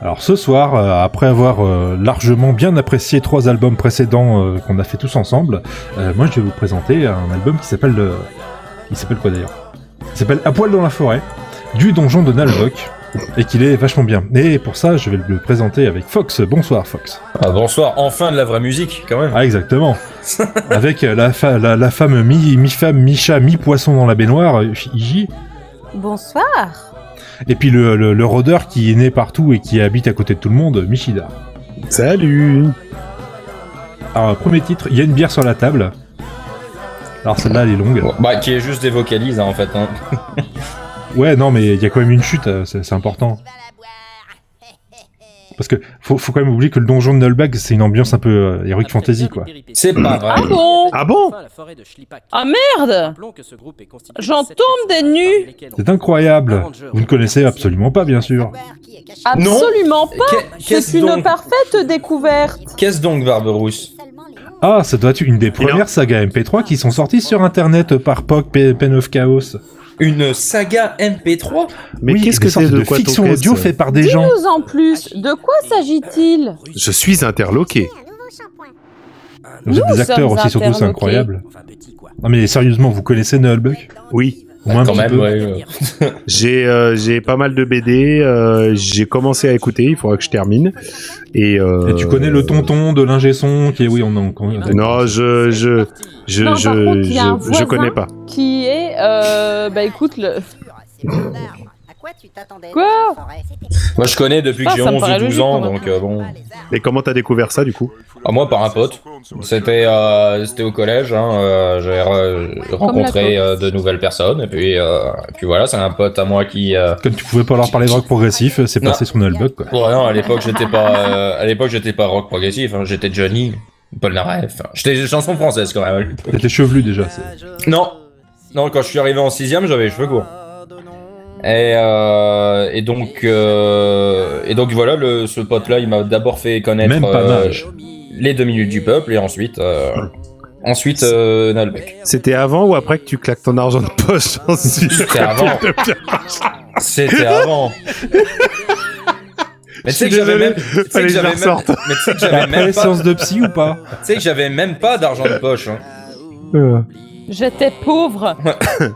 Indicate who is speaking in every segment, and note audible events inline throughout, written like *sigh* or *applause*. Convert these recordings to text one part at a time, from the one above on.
Speaker 1: Alors ce soir, euh, après avoir euh, largement bien apprécié trois albums précédents euh, qu'on a fait tous ensemble, euh, moi je vais vous présenter un album qui s'appelle... euh, il s'appelle quoi d'ailleurs Il s'appelle À poil dans la forêt, du donjon de Nalbok, et qu'il est vachement bien. Et pour ça, je vais le présenter avec Fox. Bonsoir Fox.
Speaker 2: Ah, bonsoir, enfin de la vraie musique quand même.
Speaker 1: Ah exactement. avec euh, la, fa- la, la femme mi- mi-femme, mi-chat, mi-poisson dans la baignoire, euh, Iji.
Speaker 3: Bonsoir.
Speaker 1: Et puis le, le, le rôdeur qui est né partout et qui habite à côté de tout le monde, Michida.
Speaker 4: Salut
Speaker 1: Alors, premier titre, il y a une bière sur la table. Alors celle-là, elle est longue.
Speaker 2: Ouais, Bah, qui est juste des vocalises hein, en fait. hein.
Speaker 1: Ouais, non, mais il y a quand même une chute, euh, c'est c'est important. Parce que faut, faut quand même oublier que le donjon de Nullbag, c'est une ambiance un peu euh, heroic fantasy, quoi.
Speaker 2: C'est pas vrai.
Speaker 5: Ah bon
Speaker 4: Ah bon
Speaker 5: Ah merde J'en tombe des nues
Speaker 1: C'est incroyable. Vous ne connaissez absolument pas, bien sûr.
Speaker 2: Non.
Speaker 5: Absolument pas
Speaker 2: Qu'est-
Speaker 5: C'est
Speaker 2: Qu'est-ce
Speaker 5: une
Speaker 2: donc,
Speaker 5: parfaite découverte
Speaker 2: Qu'est-ce donc Barberousse
Speaker 1: Ah, ça doit être une des
Speaker 4: Il
Speaker 1: premières sagas MP3 qui sont sorties sur Internet par POC, P- Pen of Chaos.
Speaker 2: Une saga MP3
Speaker 4: Mais
Speaker 1: Oui,
Speaker 4: qu'est-ce
Speaker 1: des
Speaker 4: que
Speaker 1: sortes
Speaker 4: c'est de,
Speaker 1: de
Speaker 4: quoi
Speaker 1: fiction
Speaker 4: ton
Speaker 1: audio
Speaker 4: caisse
Speaker 1: fait par des gens
Speaker 5: Dis-nous en plus, de quoi s'agit-il
Speaker 4: Je suis interloqué.
Speaker 1: Vous êtes
Speaker 5: Nous
Speaker 1: des acteurs
Speaker 5: sommes
Speaker 1: aussi, surtout, c'est
Speaker 5: interloqués.
Speaker 1: incroyable. Non mais sérieusement, vous connaissez Nullbug
Speaker 4: Oui,
Speaker 1: Au moins un
Speaker 2: Quand
Speaker 1: petit
Speaker 2: même,
Speaker 1: peu.
Speaker 2: ouais. euh.
Speaker 1: *laughs*
Speaker 4: j'ai euh, j'ai pas mal de BD, euh, j'ai commencé à écouter, il faudra que je termine. Et, euh,
Speaker 1: Et tu connais le tonton de l'ingé son qui est... Oui, on en
Speaker 4: Non, je je je
Speaker 5: Non, par
Speaker 4: je,
Speaker 5: contre, il y a un
Speaker 4: je, je
Speaker 5: voisin.
Speaker 4: connais pas.
Speaker 5: Qui est, euh, bah écoute, le... Quoi
Speaker 2: Moi je connais depuis que
Speaker 5: Ah,
Speaker 2: j'ai
Speaker 5: ça me
Speaker 2: 11 ou
Speaker 5: paraît
Speaker 2: 12
Speaker 5: logique,
Speaker 2: ans
Speaker 5: quand même.
Speaker 2: donc euh, bon.
Speaker 4: Et comment t'as découvert ça du coup
Speaker 2: Ah, moi par un pote. C'était euh, c'était au collège, hein, euh, j'ai re- rencontré
Speaker 5: la
Speaker 2: euh, de nouvelles personnes et puis, euh, et puis voilà, c'est un pote à moi qui. euh,
Speaker 1: Comme tu pouvais pas leur parler de rock progressif, c'est
Speaker 2: Non.
Speaker 1: passé sur Nullbug, quoi.
Speaker 2: Ouais, non, à l'époque, j'étais pas, euh, à l'époque, j'étais pas rock progressif, hein, j'étais Johnny, Paul Naref. hein. J'étais des chansons françaises quand même. à l'époque.
Speaker 1: T'étais chevelu déjà. c'est-
Speaker 5: Euh,
Speaker 2: Non. Non, quand je suis arrivé en sixième, j'avais les cheveux courts. Et, euh, et donc, euh, et donc voilà, le, ce pote-là, il m'a d'abord fait connaître
Speaker 1: Même pas
Speaker 2: euh,
Speaker 1: mage.
Speaker 2: les deux minutes du peuple, et ensuite, euh, ensuite euh,
Speaker 4: *laughs*
Speaker 2: Nalbec.
Speaker 4: C'était avant ou après que tu claques ton argent de poche j'en suis
Speaker 2: C'était avant. C'était
Speaker 4: *laughs*
Speaker 2: avant. Mais tu sais que j'avais même, tu sais que
Speaker 4: Fallait que je la
Speaker 2: j'avais même,
Speaker 4: ressorte.
Speaker 2: mais tu sais que
Speaker 4: *laughs*
Speaker 2: j'avais
Speaker 1: Après les
Speaker 2: même pas,
Speaker 1: séances de psy ou pas
Speaker 2: tu sais que j'avais même pas d'argent de poche. hein.
Speaker 5: j'étais
Speaker 1: *coughs*
Speaker 5: pauvre.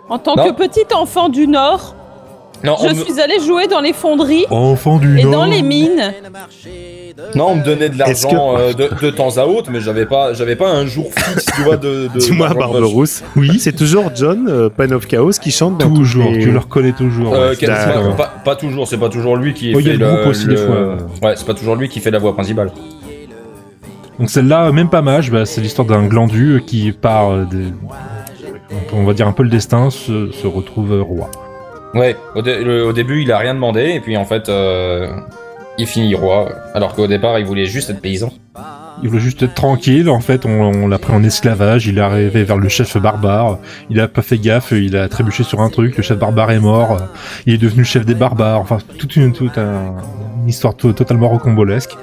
Speaker 5: en tant
Speaker 2: Non.
Speaker 5: que petit enfant du Nord,
Speaker 2: Non, on
Speaker 5: je
Speaker 2: me-
Speaker 5: suis allé jouer dans les fonderies
Speaker 1: Enfant du
Speaker 5: et
Speaker 1: Nord.
Speaker 5: dans les mines.
Speaker 2: Non, on me donnait de
Speaker 4: Est-ce
Speaker 2: l'argent euh, de, de temps à autre, mais j'avais pas, j'avais pas un jour fixe, tu vois, de.
Speaker 1: *laughs*
Speaker 2: de
Speaker 4: Dis-moi,
Speaker 2: d'argent de
Speaker 4: Barberousse. Oui. C'est toujours John, euh, Pan of Chaos, qui chante dans
Speaker 1: Toujours,
Speaker 4: toutes les-
Speaker 1: tu le reconnais toujours.
Speaker 2: poche. Euh,
Speaker 1: ouais,
Speaker 2: quel-
Speaker 1: c'est
Speaker 4: d'accord.
Speaker 2: pas,
Speaker 1: marrant.
Speaker 2: pas- pas toujours, c'est pas toujours lui qui
Speaker 1: Oh, il y
Speaker 2: fait
Speaker 1: a le groupe aussi, des fois.
Speaker 2: Ouais, c'est pas toujours lui qui fait la voix principale.
Speaker 1: Donc celle-là, même pas mage, bah, c'est l'histoire d'un glandu qui part euh, des... On va dire un peu le destin, se, se retrouve euh, roi.
Speaker 2: Ouais, au, dé- le- au début, il a rien demandé, et puis en fait, euh, il finit roi, alors qu'au départ, il voulait juste être paysan.
Speaker 1: Il voulait juste être tranquille, en fait, on, on l'a pris en esclavage, il est arrivé vers le chef barbare, il a pas fait gaffe, il a trébuché sur un truc, le chef barbare est mort, euh, il est devenu chef des barbares, enfin, toute une, toute un- une histoire to- totalement rocambolesque.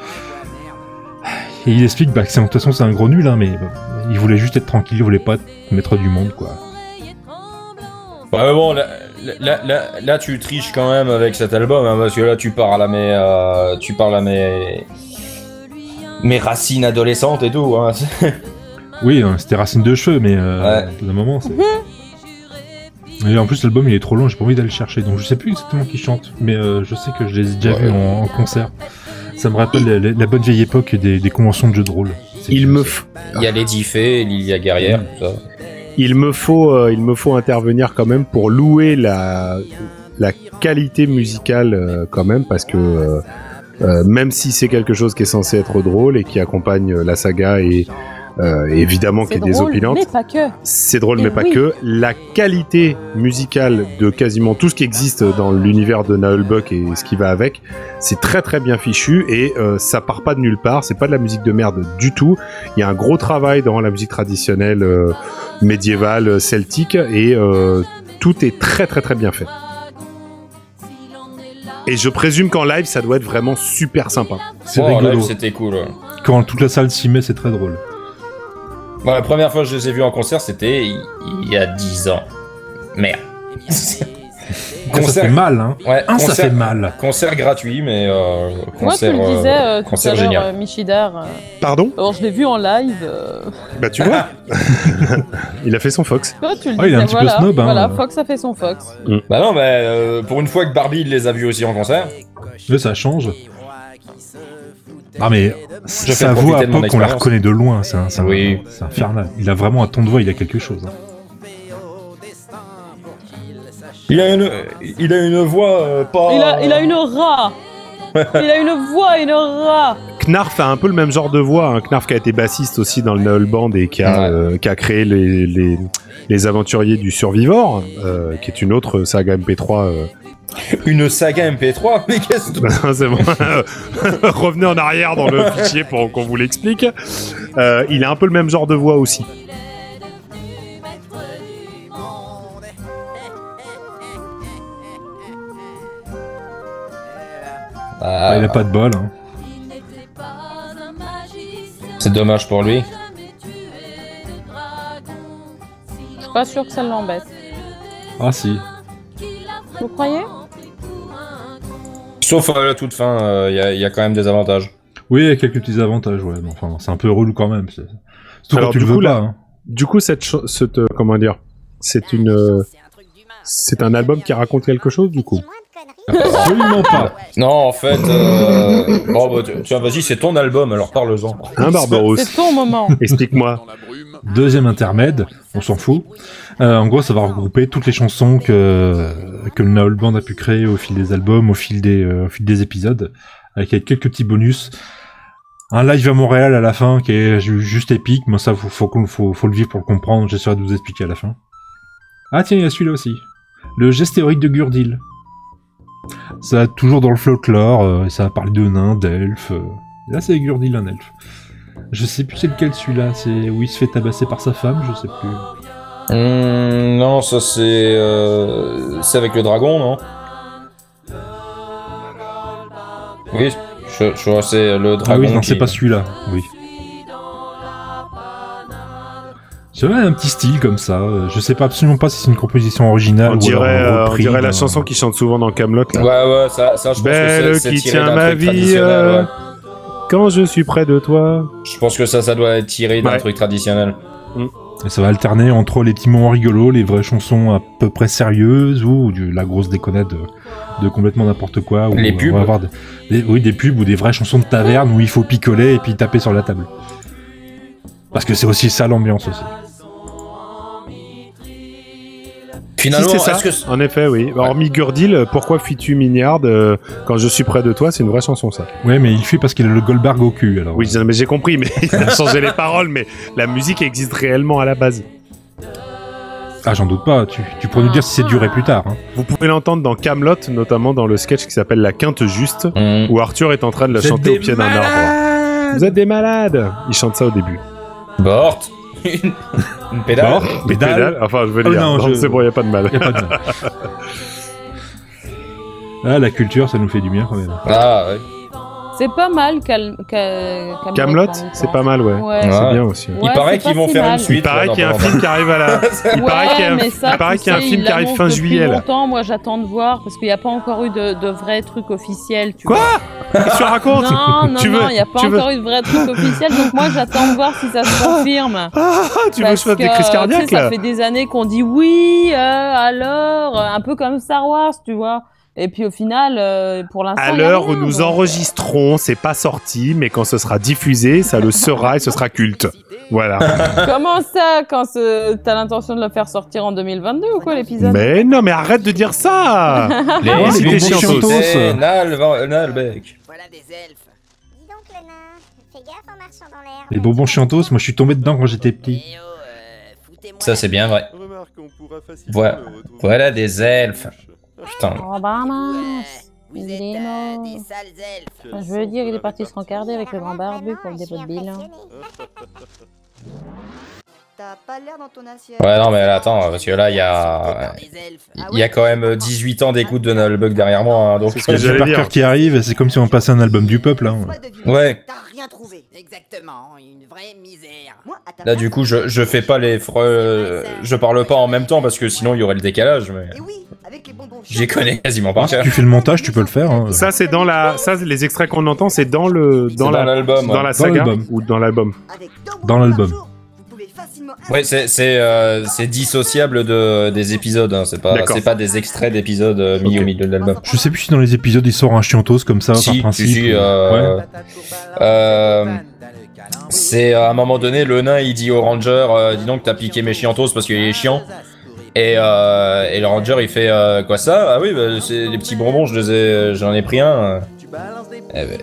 Speaker 1: Et il explique bah, que c'est- de toute façon c'est un gros nul, hein, mais bon, il voulait juste être tranquille, il voulait pas être maître du monde, quoi.
Speaker 2: Ouais, mais bon, là, là, là, là, tu triches quand même avec cet album, hein, parce que là, tu parles à mes. euh, tu parles à mes. mes racines adolescentes et tout, hein.
Speaker 1: Oui, hein, c'était Racine de cheveux, mais euh,
Speaker 2: Ouais.
Speaker 1: au bout d'un moment, c'est. Et en plus, l'album il est trop long, j'ai pas envie d'aller le chercher, donc je sais plus exactement qui chante, mais euh, je sais que je les ai déjà
Speaker 2: Ouais.
Speaker 1: vus en, en concert. Ça me rappelle la, la- la bonne vieille époque des, des conventions de jeux de rôle. C'est
Speaker 4: Il
Speaker 1: cool,
Speaker 4: me,
Speaker 1: ça.
Speaker 4: f-
Speaker 2: Il y a Lady Fay, Lilia Guerrière, tout ça.
Speaker 4: il me faut, euh, il me faut intervenir quand même pour louer la, la qualité musicale euh, quand même parce que euh, euh, même si c'est quelque chose qui est censé être drôle et qui accompagne euh, la saga et euh, évidemment qui
Speaker 5: C'est
Speaker 4: est
Speaker 5: drôle,
Speaker 4: désopilante,
Speaker 5: mais pas que.
Speaker 4: c'est drôle
Speaker 5: Eh
Speaker 4: mais pas
Speaker 5: oui.
Speaker 4: que, la qualité musicale de quasiment tout ce qui existe dans l'univers de Noel Buck et ce qui va avec, c'est très très bien fichu et euh, ça part pas de nulle part, c'est pas de la musique de merde du tout, il y a un gros travail dans la musique traditionnelle euh, médiévale euh, celtique et euh, tout est très très très bien fait. Et je présume qu'en live ça doit être vraiment super sympa.
Speaker 1: C'est
Speaker 2: Oh,
Speaker 1: rigolo.
Speaker 2: là, C'était cool. ouais.
Speaker 1: Quand toute la salle s'y met, c'est très drôle.
Speaker 2: Bon, la première fois que je les ai vus en concert, c'était il il y a 10 ans. Merde.
Speaker 1: Ah, ça fait
Speaker 2: Concert,
Speaker 1: mal, hein.
Speaker 2: ouais,
Speaker 1: Ah, ça
Speaker 2: concert,
Speaker 1: fait mal.
Speaker 2: concert gratuit, mais euh,
Speaker 5: Moi, tu
Speaker 2: concert,
Speaker 5: le
Speaker 2: euh,
Speaker 5: disais euh, tout
Speaker 2: concert
Speaker 5: à l'heure,
Speaker 2: génial.
Speaker 5: euh, Michidar. euh,
Speaker 4: Pardon
Speaker 5: alors, je l'ai vu en live. euh, *laughs*
Speaker 4: Bah tu vois. il a fait son Fox.
Speaker 5: Toi, tu le
Speaker 1: Ah, il est
Speaker 5: disais,
Speaker 1: un petit peu
Speaker 5: voilà,
Speaker 1: snob, hein.
Speaker 5: voilà, Fox a fait son Fox.
Speaker 2: *laughs* Bah non, mais euh, pour une fois que Barbie il les a vus aussi en concert.
Speaker 1: Mais ça change. Ah, mais
Speaker 2: Je fais
Speaker 1: sa voix
Speaker 2: profiter
Speaker 1: à
Speaker 2: de mon
Speaker 1: pop, on la
Speaker 2: expérience.
Speaker 1: reconnaît de loin. C'est un- c'est un-
Speaker 2: Oui.
Speaker 1: c'est infernal. Il a vraiment un ton de voix, il a quelque chose. hein.
Speaker 2: Il a une, il a une voix euh, pas.
Speaker 5: Il, a, il
Speaker 4: Oh.
Speaker 5: a une aura. il a une voix, une aura.
Speaker 4: Knarf a un peu le même genre de voix. Hein. Knarf qui a été bassiste aussi dans le Noël Band et qui a,
Speaker 2: Ouais.
Speaker 4: euh, qui a créé les, les, les aventuriers du Survivor, euh, qui est une autre saga MP3. euh, *laughs*
Speaker 2: une saga MP3. Mais qu'est-ce que.
Speaker 4: C'est bon. *laughs* Revenez en arrière dans le fichier pour qu'on vous l'explique. Euh, il a un peu le même genre de voix aussi.
Speaker 1: Ah,
Speaker 2: Ah,
Speaker 1: il a pas de bol. hein.
Speaker 2: C'est dommage pour lui.
Speaker 5: Je suis pas sûr que ça l'embête.
Speaker 1: Ah, si.
Speaker 5: Vous croyez
Speaker 2: Sauf à la toute fin, euh, il y, a- il y a quand même des avantages.
Speaker 1: Oui, il y a quelques petits avantages, ouais. mais enfin, c'est un peu relou quand même. c'est- Surtout
Speaker 4: Alors,
Speaker 1: quand tu
Speaker 4: du
Speaker 1: le veux
Speaker 4: coup, là-
Speaker 1: pas. hein.
Speaker 4: Du coup, cette, cho- cette euh, comment dire, c'est une, euh, c'est un album qui raconte quelque chose du coup.
Speaker 1: Absolument pas.
Speaker 2: Non, en fait. euh, Bon, bah, tu- tiens, vas-y, c'est ton album, alors parle-en.
Speaker 4: Hein, Barbaros
Speaker 5: C'est ton moment.
Speaker 4: Explique-moi.
Speaker 1: Deuxième intermède, on s'en fout. Euh, en gros, ça va regrouper toutes les chansons que, que le Naol Band a pu créer au fil des albums, au fil des, euh, au fil des épisodes, avec quelques petits bonus. Un live à Montréal à la fin qui est ju- juste épique, mais ça, faut, faut, qu'on- faut, faut le vivre pour le comprendre, j'essaierai de vous expliquer à la fin. Ah tiens, il y a celui-là aussi. Le geste théorique de Gurdil. Ça va toujours dans le folklore, euh, et ça va parler de nains, d'elfes. euh. Là, c'est Gurdil, un elfe. Je sais plus c'est lequel celui-là, c'est où il se fait tabasser par sa femme, je sais plus.
Speaker 2: Hmm, non, ça c'est. euh, C'est avec le dragon, non Oui, je, je vois, c'est le dragon.
Speaker 1: ah oui, non,
Speaker 2: qui-
Speaker 1: c'est pas celui-là, oui. C'est vrai, un petit style comme ça. euh, Je sais pas absolument pas si c'est une composition originale
Speaker 4: On
Speaker 1: ou alors hein.
Speaker 4: dirait,
Speaker 1: une
Speaker 4: euh, on
Speaker 1: reprise
Speaker 4: dirait la
Speaker 1: d'un-
Speaker 4: chanson qui chante souvent dans Camelot.
Speaker 2: Ouais, ouais, ça, ça je pense
Speaker 4: Belle
Speaker 2: que c'est- c'est
Speaker 4: qui
Speaker 2: tiré
Speaker 4: tient
Speaker 2: d'un
Speaker 4: ma
Speaker 2: truc
Speaker 4: vie,
Speaker 2: traditionnel.
Speaker 4: euh,
Speaker 2: ouais.
Speaker 4: Quand je suis près de toi.
Speaker 2: Je pense que ça, ça doit être tiré d'un
Speaker 4: Ouais.
Speaker 2: truc traditionnel.
Speaker 1: Et ça va alterner entre les petits moments rigolos, les vraies chansons à peu près sérieuses ou du, la grosse déconnade de, de complètement n'importe quoi. Ou
Speaker 2: Les pubs.
Speaker 1: On va avoir des, des- oui, des pubs ou des vraies chansons de taverne où il faut picoler et puis taper sur la table. Parce que c'est aussi ça l'ambiance aussi.
Speaker 2: Finalement,
Speaker 4: Si, c'est ça.
Speaker 2: est-ce que c-
Speaker 4: En effet, oui. Hormis Gurdil, euh, pourquoi fuis-tu Mignard euh, Quand je suis près de toi, c'est une vraie chanson ça.
Speaker 1: Ouais, mais il fuit parce qu'il a le Goldberg au cul. Alors,
Speaker 4: Oui, mais j'ai compris, *laughs* mais il a changé les paroles, mais la musique existe réellement à la base.
Speaker 1: Ah, j'en doute pas. Tu, tu pourrais nous dire si c'est duré plus tard. hein.
Speaker 4: Vous pouvez l'entendre dans Camelot, notamment dans le sketch qui s'appelle La Quinte Juste,
Speaker 2: Hmm.
Speaker 4: où Arthur est en train de la chanter au pied d'un arbre. Vous êtes des malades Il chante ça au début.
Speaker 2: Bort *laughs* Une une pédale
Speaker 1: Bort
Speaker 4: Des
Speaker 1: Pédale.
Speaker 4: pédales Enfin, je veux
Speaker 1: Oh
Speaker 4: dire,
Speaker 1: non,
Speaker 4: non,
Speaker 1: je-
Speaker 4: c'est bon, y a pas de mal.
Speaker 1: Y a pas de mal. *laughs* Ah, la culture, ça nous fait du bien quand même.
Speaker 2: Ah, ouais.
Speaker 5: C'est pas mal, Cal- Cal-
Speaker 4: Camelot,
Speaker 5: en même
Speaker 4: c'est
Speaker 5: temps.
Speaker 4: pas mal, ouais.
Speaker 5: Ouais.
Speaker 2: Ouais.
Speaker 4: C'est bien aussi.
Speaker 5: Ouais,
Speaker 2: Il paraît
Speaker 5: c'est pas
Speaker 2: qu'ils vont
Speaker 5: si
Speaker 2: faire
Speaker 5: mal.
Speaker 2: une
Speaker 4: Il
Speaker 2: suite.
Speaker 4: paraît
Speaker 2: là,
Speaker 4: qu'il y a
Speaker 2: dans-
Speaker 4: un film qui arrive
Speaker 1: *laughs*
Speaker 4: à la. Il
Speaker 5: Ouais,
Speaker 4: paraît qu'il y a un,
Speaker 5: mais
Speaker 4: il
Speaker 5: ça,
Speaker 4: paraît
Speaker 5: tu
Speaker 4: qu'il y a un
Speaker 5: sais,
Speaker 4: film
Speaker 5: ils
Speaker 4: qui arrive
Speaker 5: l'annoncent
Speaker 4: fin
Speaker 5: depuis
Speaker 4: juillet là.
Speaker 5: longtemps. Moi, j'attends de voir parce qu'il n'y a pas encore eu de, de vrai truc officiel. Tu
Speaker 4: Quoi
Speaker 5: vois.
Speaker 4: Qu'est-ce que tu racontes
Speaker 5: Non, non,
Speaker 4: Tu veux-
Speaker 5: non, il n'y a pas
Speaker 4: tu veux-
Speaker 5: encore eu de vrai truc officiel. Donc, moi, j'attends de voir si ça
Speaker 4: *laughs*
Speaker 5: se confirme.
Speaker 4: Ah, tu veux que je
Speaker 5: Parce
Speaker 4: fasse des
Speaker 5: que,
Speaker 4: crises
Speaker 5: tu sais,
Speaker 4: cardiaques
Speaker 5: Ça
Speaker 4: là
Speaker 5: fait des années qu'on dit oui, euh, alors, euh, un peu comme Star Wars, tu vois. Et puis au final, euh, pour l'instant.
Speaker 4: À
Speaker 5: il y a
Speaker 4: l'heure où
Speaker 5: rien,
Speaker 4: nous
Speaker 5: donc, euh,
Speaker 4: enregistrons, c'est pas sorti, mais quand ce sera diffusé, ça le sera et ce sera culte. Voilà.
Speaker 5: *laughs* euh, Comment ça, quand ce- t'as l'intention de le faire sortir en 2022 ou quoi l'épisode
Speaker 4: mais non, mais arrête de dire ça
Speaker 5: *laughs*
Speaker 1: Oh,
Speaker 2: Les
Speaker 1: c'est
Speaker 2: les
Speaker 1: des
Speaker 2: chiantos.
Speaker 1: chiantos.
Speaker 2: C'est Nal- Van- Nalbec.
Speaker 6: Voilà des elfes.
Speaker 7: Dis donc, le nain, fais gaffe en marchant dans l'air.
Speaker 1: Les bonbons chiantos, moi je suis tombé dedans quand j'étais petit.
Speaker 6: Eh oh, euh, foutez-moi
Speaker 2: Ça,
Speaker 6: la-
Speaker 2: c'est bien vrai.
Speaker 8: Remarque, on pourra facilement
Speaker 2: Voilà.
Speaker 8: le retrouver.
Speaker 2: Voilà des elfes. Putain.
Speaker 5: Oh bah mince
Speaker 6: Vous
Speaker 5: Il
Speaker 6: êtes
Speaker 5: est
Speaker 6: euh,
Speaker 5: mort.
Speaker 6: des sales elfes.
Speaker 8: Quel
Speaker 5: Je veux dire,
Speaker 8: centre
Speaker 5: il est
Speaker 8: avait
Speaker 5: parti se rencarder avec le grand barbu comme des
Speaker 7: de
Speaker 5: bottes
Speaker 7: billes.
Speaker 5: billes.
Speaker 8: T'as pas l'air dans ton assiette.
Speaker 2: Ouais, non, mais là, attends, parce que là, il y
Speaker 6: Sauté
Speaker 2: a.
Speaker 6: par des elfes.
Speaker 2: Il y a quand même 18 ans d'écoute de Nullbug derrière moi, hein, donc.
Speaker 4: C'est ce
Speaker 1: Il y a
Speaker 4: que
Speaker 1: Jay
Speaker 4: j'allais
Speaker 1: Parker
Speaker 4: dire.
Speaker 1: qui arrive, c'est comme si on passait un album du peuple. Hein.
Speaker 8: Pas de vie.
Speaker 2: Ouais.
Speaker 8: T'as rien trouvé.
Speaker 6: Exactement, une vraie misère.
Speaker 8: Moi, à ta
Speaker 2: Là,
Speaker 8: place,
Speaker 2: du coup, je, je fais pas les fre- euh, Je parle pas en même temps parce que sinon il y aurait le décalage, mais.
Speaker 8: Et oui, avec les bonbons.
Speaker 2: Je les connais quasiment par
Speaker 1: Si
Speaker 2: cœur.
Speaker 1: tu fais le montage, tu peux le faire. hein.
Speaker 4: Ça, c'est dans la. Ça, les extraits qu'on entend, c'est dans le.
Speaker 2: C'est Dans
Speaker 4: Dans la.
Speaker 2: l'album.
Speaker 4: Dans
Speaker 2: ouais.
Speaker 4: la saga
Speaker 1: l'album.
Speaker 4: ou dans l'album.
Speaker 8: Avec deux bonbons
Speaker 1: Dans
Speaker 8: par
Speaker 1: l'album.
Speaker 8: jour, Vous pouvez facilement.
Speaker 2: Ouais, c'est c'est euh, c'est dissociable de des épisodes. hein, C'est pas
Speaker 4: D'accord.
Speaker 2: c'est pas des extraits d'épisodes euh, mis
Speaker 4: Ok.
Speaker 2: au milieu de l'album.
Speaker 1: Je sais plus si dans les épisodes il sort un chiantos comme ça,
Speaker 2: Si,
Speaker 1: par principe.
Speaker 2: si, si, euh,
Speaker 1: Ouais.
Speaker 2: euh, C'est à un moment donné, le nain il dit au ranger, euh, dis donc t'as piqué mes chiantos parce qu'il est chiant. Et, euh, et le ranger il fait euh, quoi ça Ah oui, bah, c'est les petits bonbons, je les ai- j'en ai, pris un.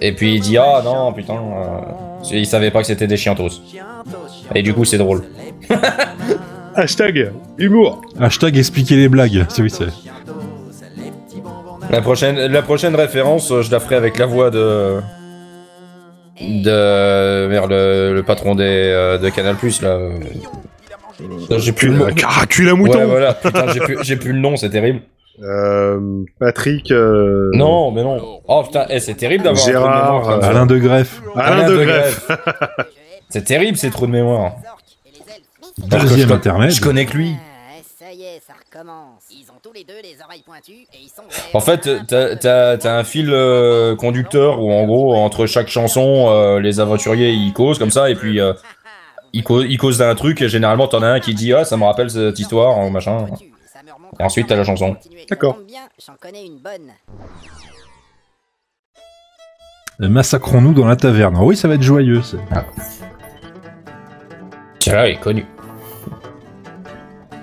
Speaker 2: Et, et puis il dit ah non putain, euh, il savait pas que c'était des chiantos. Et du coup c'est drôle.
Speaker 4: Hashtag humour.
Speaker 1: Hashtag expliquer les blagues. C'est- Oui, c'est.
Speaker 2: La prochaine, la prochaine référence, euh, je la ferai avec la voix de de vers le, le patron des, euh, de Canal Plus là. euh. Putain, J'ai plus le mot.
Speaker 4: Euh, Caracule à mouton.
Speaker 2: Ouais, voilà, putain, j'ai plus, j'ai plus le nom, c'est terrible.
Speaker 4: Euh, Patrick. euh,
Speaker 2: Non, mais non. Oh putain, eh, c'est terrible d'avoir un trou de
Speaker 4: Gérard,
Speaker 2: mémoire comme Ah, ça.
Speaker 1: Alain de Greff.
Speaker 4: Alain, de Greff.
Speaker 6: *laughs*
Speaker 2: C'est terrible ces trous de mémoire.
Speaker 6: Les orques et les elfes.
Speaker 2: Parce que je
Speaker 1: Deuxième
Speaker 2: con-
Speaker 1: intermède.
Speaker 2: Je connais que lui.
Speaker 6: Ah, ça y est, ça recommence. Ils ont tous les deux les oreilles pointues et ils sont.
Speaker 2: En fait, t'as- t'as t'as un fil euh, conducteur où en gros, entre chaque chanson, euh, les aventuriers ils causent comme ça et puis
Speaker 6: *laughs*
Speaker 2: euh, ils, causent, ils causent d'un truc et généralement t'en as un qui dit ah ça me rappelle cette histoire ou machin. Et ensuite, t'as la chanson.
Speaker 4: D'accord.
Speaker 6: Ça tombe bien, J'en connais une bonne.
Speaker 1: Euh, Massacrons-nous dans la taverne. Ah oui, ça va être joyeux. c'est-
Speaker 2: Tiens là, il est connu.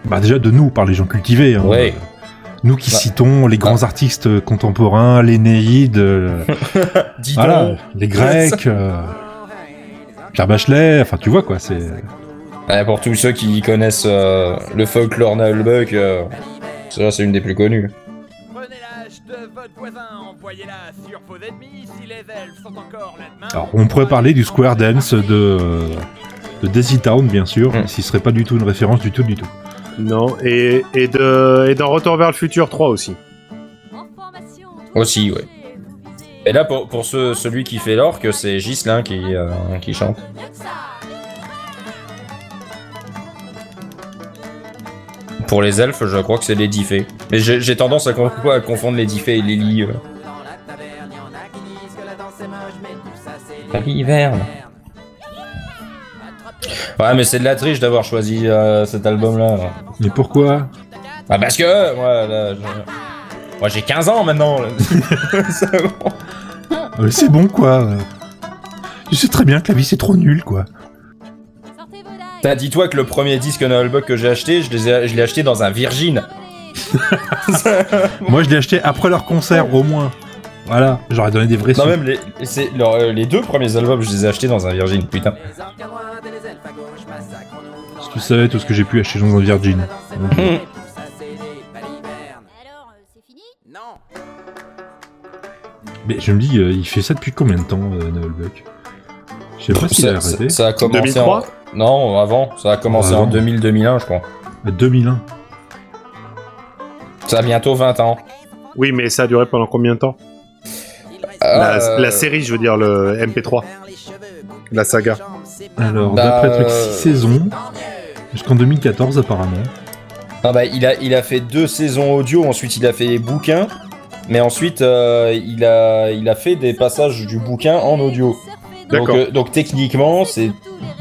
Speaker 1: Bah déjà de nous par les gens cultivés. hein.
Speaker 2: Ouais.
Speaker 1: Nous qui
Speaker 2: Bah.
Speaker 1: citons les grands artistes euh, contemporains, l'Énéide,
Speaker 2: *laughs*
Speaker 1: euh,
Speaker 2: Dis
Speaker 1: voilà,
Speaker 2: donc.
Speaker 1: les Grecs, euh, Pierre Bachelet. Enfin, tu vois quoi, c'est.
Speaker 2: Ouais, Eh, pour tous ceux qui connaissent euh, le folklore Nullbuck, euh, ça c'est une des plus connues.
Speaker 9: Prenez la hache de votre voisin, envoyez-la sur vos ennemis si les elfes sont encore là demain.
Speaker 1: Alors, on pourrait parler du square dance de euh, de Daisy Town, bien sûr,
Speaker 2: Mm.
Speaker 1: mais ce serait pas du tout une référence du tout, du tout.
Speaker 4: Non. Et, et, de, et dans Retour vers le futur 3 aussi.
Speaker 2: Aussi, ouais. Et là, pour, pour ce- celui qui fait l'orque, c'est Ghislain qui, euh, qui chante. Pour les elfes, je crois que c'est les diffées. Mais j'ai j'ai tendance à, con- à confondre les diffées et les lits.
Speaker 1: euh.
Speaker 2: euh.
Speaker 9: Dans la taverne, y'en a qui disent que la danse est moche, mais tout ça c'est
Speaker 2: euh. Ouais, mais c'est de la triche d'avoir choisi euh, cet album-là.
Speaker 1: Mais pourquoi
Speaker 2: Ah, parce que euh, moi, là, je- moi, j'ai 15 ans maintenant. *laughs* là. C'est bon.
Speaker 1: Euh, C'est bon quoi. Tu sais très bien que la vie c'est trop nul
Speaker 2: *laughs*
Speaker 1: quoi.
Speaker 2: T'as dis-toi que le premier disque Nullbuck que j'ai acheté, je les ai- je l'ai acheté dans un Virgin.
Speaker 1: Moi je l'ai acheté après leur concert au moins. Voilà, j'aurais donné des vrais
Speaker 2: Non,
Speaker 1: sous.
Speaker 2: même les, c'est- leur- euh, les deux premiers albums, je les ai achetés dans un Virgin, putain.
Speaker 9: Les orques à droite et les elfes à gauche, massacrons-nous. dans
Speaker 1: Si tu
Speaker 9: la
Speaker 1: savais tout ce que j'ai pu acheter dans un Virgin.
Speaker 9: taverne, la danse est moche, mais tout ça, c'est les balivernes.
Speaker 7: Alors, euh, c'est fini
Speaker 9: Non,
Speaker 1: Mais je me dis, euh, il fait ça depuis combien de temps, euh, Noel Buck Je sais pas s'il a
Speaker 2: Ça, ça-
Speaker 1: arrêté.
Speaker 2: ça a commencé
Speaker 4: 2003?
Speaker 2: en... Non, avant. Ça a commencé
Speaker 1: Avant.
Speaker 2: en 2000-2001, je crois.
Speaker 1: À 2001.
Speaker 2: Ça a bientôt 20 ans.
Speaker 4: Oui, mais ça a duré pendant combien de temps
Speaker 5: Ah,
Speaker 4: la,
Speaker 2: Euh,
Speaker 4: la série, je veux dire, le MP3. La saga.
Speaker 1: Alors,
Speaker 2: Bah,
Speaker 1: d'après truc,
Speaker 2: euh,
Speaker 1: 6 saisons. Jusqu'en 2014, apparemment.
Speaker 2: Ah bah, il, a, il a fait deux saisons audio, ensuite il a fait bouquin. Mais ensuite, euh, il, a, il a fait des passages du bouquin en audio. Donc,
Speaker 4: D'accord.
Speaker 2: euh, donc techniquement, c'est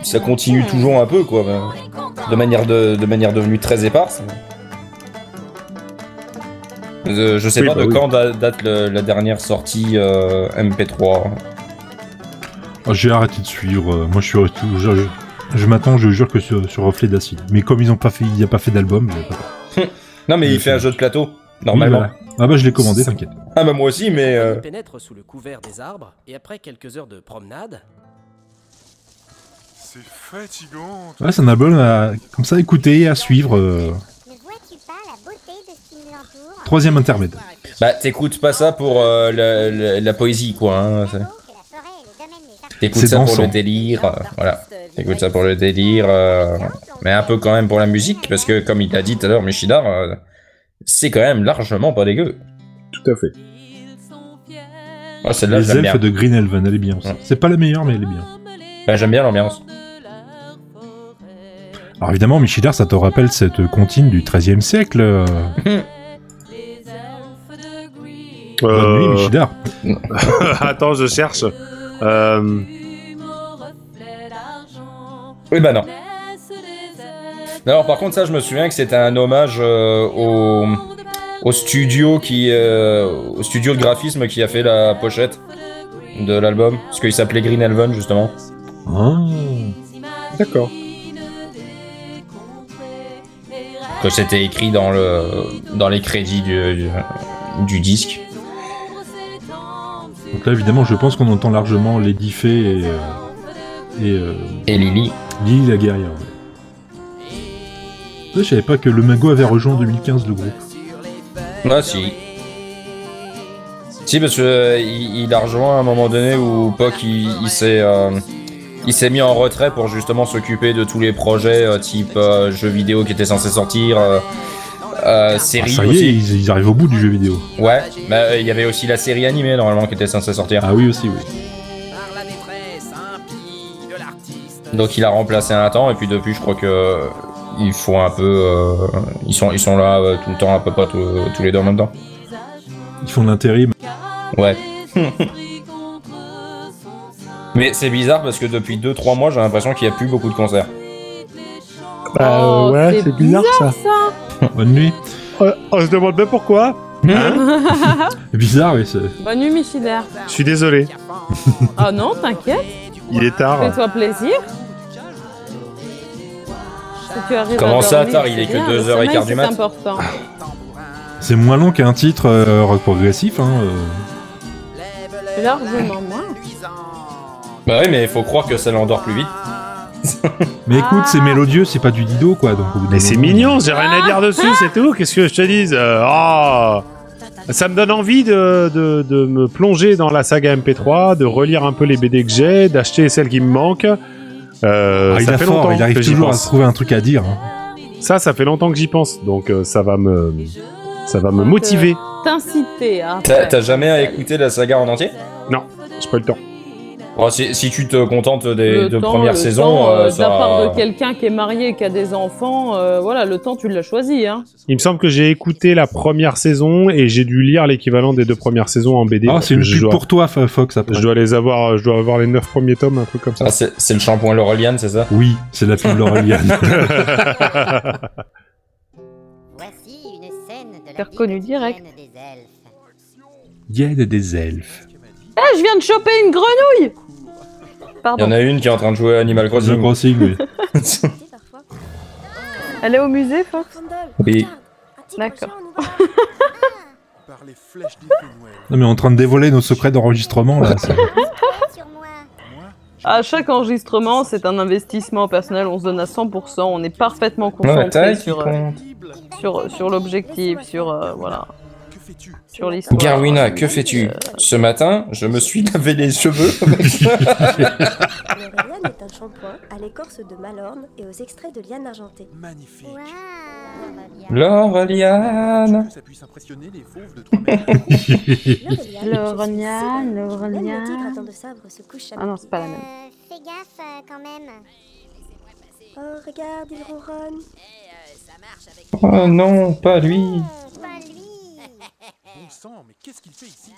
Speaker 2: ça continue toujours un peu, quoi. mais De manière, de, de manière devenue très éparse. Euh, je sais
Speaker 4: Oui,
Speaker 2: pas
Speaker 4: bah
Speaker 2: de
Speaker 4: oui.
Speaker 2: quand da- date le- la dernière sortie euh, MP3.
Speaker 1: Ah, J'ai arrêté de suivre. euh, moi, je suis resté- Je, je- je m'attends, je jure, que sur, sur Reflet d'Acide. Mais comme ils ont pas fait, il n'y a pas fait d'album, j'ai pas-
Speaker 2: Non, mais il
Speaker 1: Oui,
Speaker 2: fait un jeu de plateau,
Speaker 1: Oui,
Speaker 2: normalement.
Speaker 1: voilà. Ah bah, je l'ai commandé, t'inquiète.
Speaker 2: Ah bah moi aussi, mais...
Speaker 9: *laughs*
Speaker 2: euh,
Speaker 10: Il pénètre sous le couvert des arbres et après quelques heures de promenade,
Speaker 11: C'est fatigant.
Speaker 1: Ouais, c'est un album à, comme ça, à écouter, à suivre. euh,
Speaker 7: Ne vois-tu pas la beauté de ce qui nous entoure
Speaker 1: troisième intermède.
Speaker 2: Bah t'écoutes pas ça pour euh, la, la- la poésie, quoi. hein, c'est-
Speaker 7: Que la forêt et le domaine des artisans
Speaker 2: T'écoutes
Speaker 1: C'est
Speaker 2: ça pour
Speaker 1: dansant.
Speaker 2: le délire, euh, voilà. T'écoutes ça pour le délire, euh, mais un peu quand même pour la musique, parce que comme il a dit tout à l'heure, Michidar, euh, c'est quand même largement pas dégueu.
Speaker 4: Tout à fait.
Speaker 2: Ah, celle-là,
Speaker 1: Les
Speaker 2: j'aime bien. Mm.
Speaker 1: elfes de Green Elven, elle est bien aussi.
Speaker 2: Ouais.
Speaker 1: C'est pas la meilleure, mais elle est bien.
Speaker 2: Là, Bah, j'aime bien l'ambiance.
Speaker 1: Alors évidemment, Michidar, ça te rappelle cette comptine du XIIIe siècle. euh. Bonne nuit,
Speaker 4: Euh,
Speaker 1: Michidar.
Speaker 4: *laughs* Attends, je cherche. Euh,
Speaker 2: Oui, bah non. Alors, par contre, ça, je me souviens que c'était un hommage euh, au, au studio qui, euh, au studio de graphisme qui a fait la pochette de l'album, parce qu'il s'appelait Green Elven justement.
Speaker 1: hein
Speaker 4: D'accord.
Speaker 2: que c'était écrit dans le dans les crédits du, du, du disque.
Speaker 1: Donc là, évidemment, je pense qu'on entend largement Lady Fay et, euh, et euh,
Speaker 2: Et Lily.
Speaker 1: Lily la guerrière. Je savais pas que le Mago avait rejoint en 2015 le groupe.
Speaker 2: Ah si. Si parce que euh, il, il a rejoint à un moment donné où Poc il, il s'est euh, il s'est mis en retrait pour justement s'occuper de tous les projets euh, type euh, jeux vidéo qui étaient censés sortir, euh, euh,
Speaker 1: Ah,
Speaker 2: séries
Speaker 1: ça y est,
Speaker 2: aussi.
Speaker 1: ils, ils arrivent au bout du jeu vidéo.
Speaker 2: Ouais, mais euh, il y avait aussi la série animée normalement qui était censée sortir.
Speaker 1: Ah oui aussi, oui.
Speaker 9: Par la maîtresse impie de
Speaker 1: Ah.
Speaker 9: l'artiste.
Speaker 2: Donc il a remplacé un temps et puis depuis je crois que euh, ils font un peu euh, ils sont ils sont là euh, tout le temps à peu près tous- tous les deux en même temps.
Speaker 1: Ils font de l'intérim.
Speaker 2: Ouais. Mais c'est bizarre parce que depuis 2-3 mois j'ai l'impression qu'il n'y a plus beaucoup de concerts.
Speaker 5: Oh, ouais, c'est c'est bizarre,
Speaker 4: ça.
Speaker 5: Ça
Speaker 1: Bonne nuit.
Speaker 4: on se Oh, demande bien pourquoi.
Speaker 1: Bizarre, oui. c'est-
Speaker 5: Bonne nuit, Michider.
Speaker 4: Je suis désolé.
Speaker 5: Ah non, t'inquiète,
Speaker 4: Il est tard.
Speaker 5: fais-toi plaisir. Si tu arrives à
Speaker 2: Comment ça,
Speaker 5: dormir,
Speaker 2: tard Il est
Speaker 5: c'est
Speaker 2: que
Speaker 5: bien,
Speaker 2: deux
Speaker 5: le
Speaker 2: heures et
Speaker 5: sommeil,
Speaker 2: quart du
Speaker 5: c'est
Speaker 2: mat.
Speaker 5: important.
Speaker 1: C'est moins long qu'un titre euh, rock progressif. Hein, euh.
Speaker 5: Largement moins.
Speaker 2: Bah oui mais il faut croire que ça l'endort plus vite.
Speaker 1: Mais écoute, c'est mélodieux, c'est pas du dido quoi. Donc, au bout d'un
Speaker 4: Mais c'est
Speaker 1: moment,
Speaker 4: mignon, j'ai
Speaker 5: Ah.
Speaker 4: rien à dire dessus, c'est tout. Qu'est-ce que je te dise Euh, ah. Ça me donne envie de, de, de me plonger dans la saga MP3, de relire un peu les BD que j'ai, d'acheter celles qui me manquent. Euh,
Speaker 1: Ah, il
Speaker 4: ça
Speaker 1: a
Speaker 4: fait
Speaker 1: fort,
Speaker 4: longtemps
Speaker 1: il arrive
Speaker 4: que j'y
Speaker 1: toujours à
Speaker 4: pense.
Speaker 1: se trouver un truc à dire. hein.
Speaker 4: Ça, ça fait longtemps que j'y pense, donc euh, ça va me, ça va me motiver.
Speaker 5: T'inciter à.
Speaker 2: T'as t'as jamais écouté la saga en entier
Speaker 4: J'ai pas le temps.
Speaker 2: Bon, Oh, si, si tu te contentes des
Speaker 5: le
Speaker 2: deux
Speaker 5: temps,
Speaker 2: premières
Speaker 5: le
Speaker 2: saisons,
Speaker 5: temps,
Speaker 2: euh,
Speaker 5: euh, de
Speaker 2: ça...
Speaker 5: la part de quelqu'un qui est marié et qui a des enfants, euh, voilà, le temps, tu l'as choisi. Hein.
Speaker 4: Il me semble que j'ai écouté la première saison et j'ai dû lire l'équivalent des deux premières saisons en BD.
Speaker 1: Ah, c'est une
Speaker 4: Je
Speaker 1: pub
Speaker 4: dois-
Speaker 1: pour toi, Fa- Fox. Après.
Speaker 4: Je dois les avoir, je dois avoir les neuf premiers tomes, un truc comme ça.
Speaker 2: Ah, c'est c'est le shampoing Laurelian, c'est ça
Speaker 1: Oui, c'est la pub Laureliane. *laughs*
Speaker 7: Voici une scène de
Speaker 5: T'as
Speaker 7: la vie
Speaker 5: reconnu
Speaker 7: quotidienne des elfes.
Speaker 1: Yed des elfes.
Speaker 5: Eh, je viens de choper une
Speaker 2: Il y
Speaker 5: grenouille
Speaker 2: en
Speaker 5: Pardon.
Speaker 2: a une qui est en train de jouer à Animal
Speaker 1: The
Speaker 2: Crossing.
Speaker 1: Crossing, oui.
Speaker 5: Elle est au musée, Fox
Speaker 2: Oui.
Speaker 5: D'accord.
Speaker 9: Par les flèches des
Speaker 1: Non, mais on est en train de dévoiler nos secrets d'enregistrement, là. c'est-
Speaker 7: Sur moi.
Speaker 5: À chaque enregistrement, c'est un investissement personnel. On se donne à 100%. On est parfaitement
Speaker 2: Ouais,
Speaker 5: concentré
Speaker 2: taille qui
Speaker 5: sur, euh,
Speaker 2: compte.
Speaker 5: sur, sur l'objectif, sur euh, voilà,
Speaker 9: Que fais-tu
Speaker 5: sur l'histoire.
Speaker 2: Garwina, que fais-tu Ce matin, je me suis lavé les cheveux. *laughs*
Speaker 11: L'Aurélien est un shampoing à l'écorce de Malorne et aux extraits de liane argentée.
Speaker 9: Magnifique.
Speaker 7: Waouh.
Speaker 2: Laurelian
Speaker 9: Ça puisse impressionner les fauves de 3 mètres.
Speaker 11: L'Aurélien est une
Speaker 5: L'Aurélien,
Speaker 11: sorcière. Même
Speaker 5: l'Aurélien.
Speaker 11: le tigre à dents de sabre se couche
Speaker 5: Ah
Speaker 11: à
Speaker 5: non, c'est pas la même.
Speaker 7: Euh, Fais gaffe euh, quand *laughs* même.
Speaker 11: Oh, regarde, il ronronne.
Speaker 2: Oh non, pas lui.
Speaker 7: Oh, Pas lui.
Speaker 9: Bon sang, mais qu'est-ce qu'il fait ici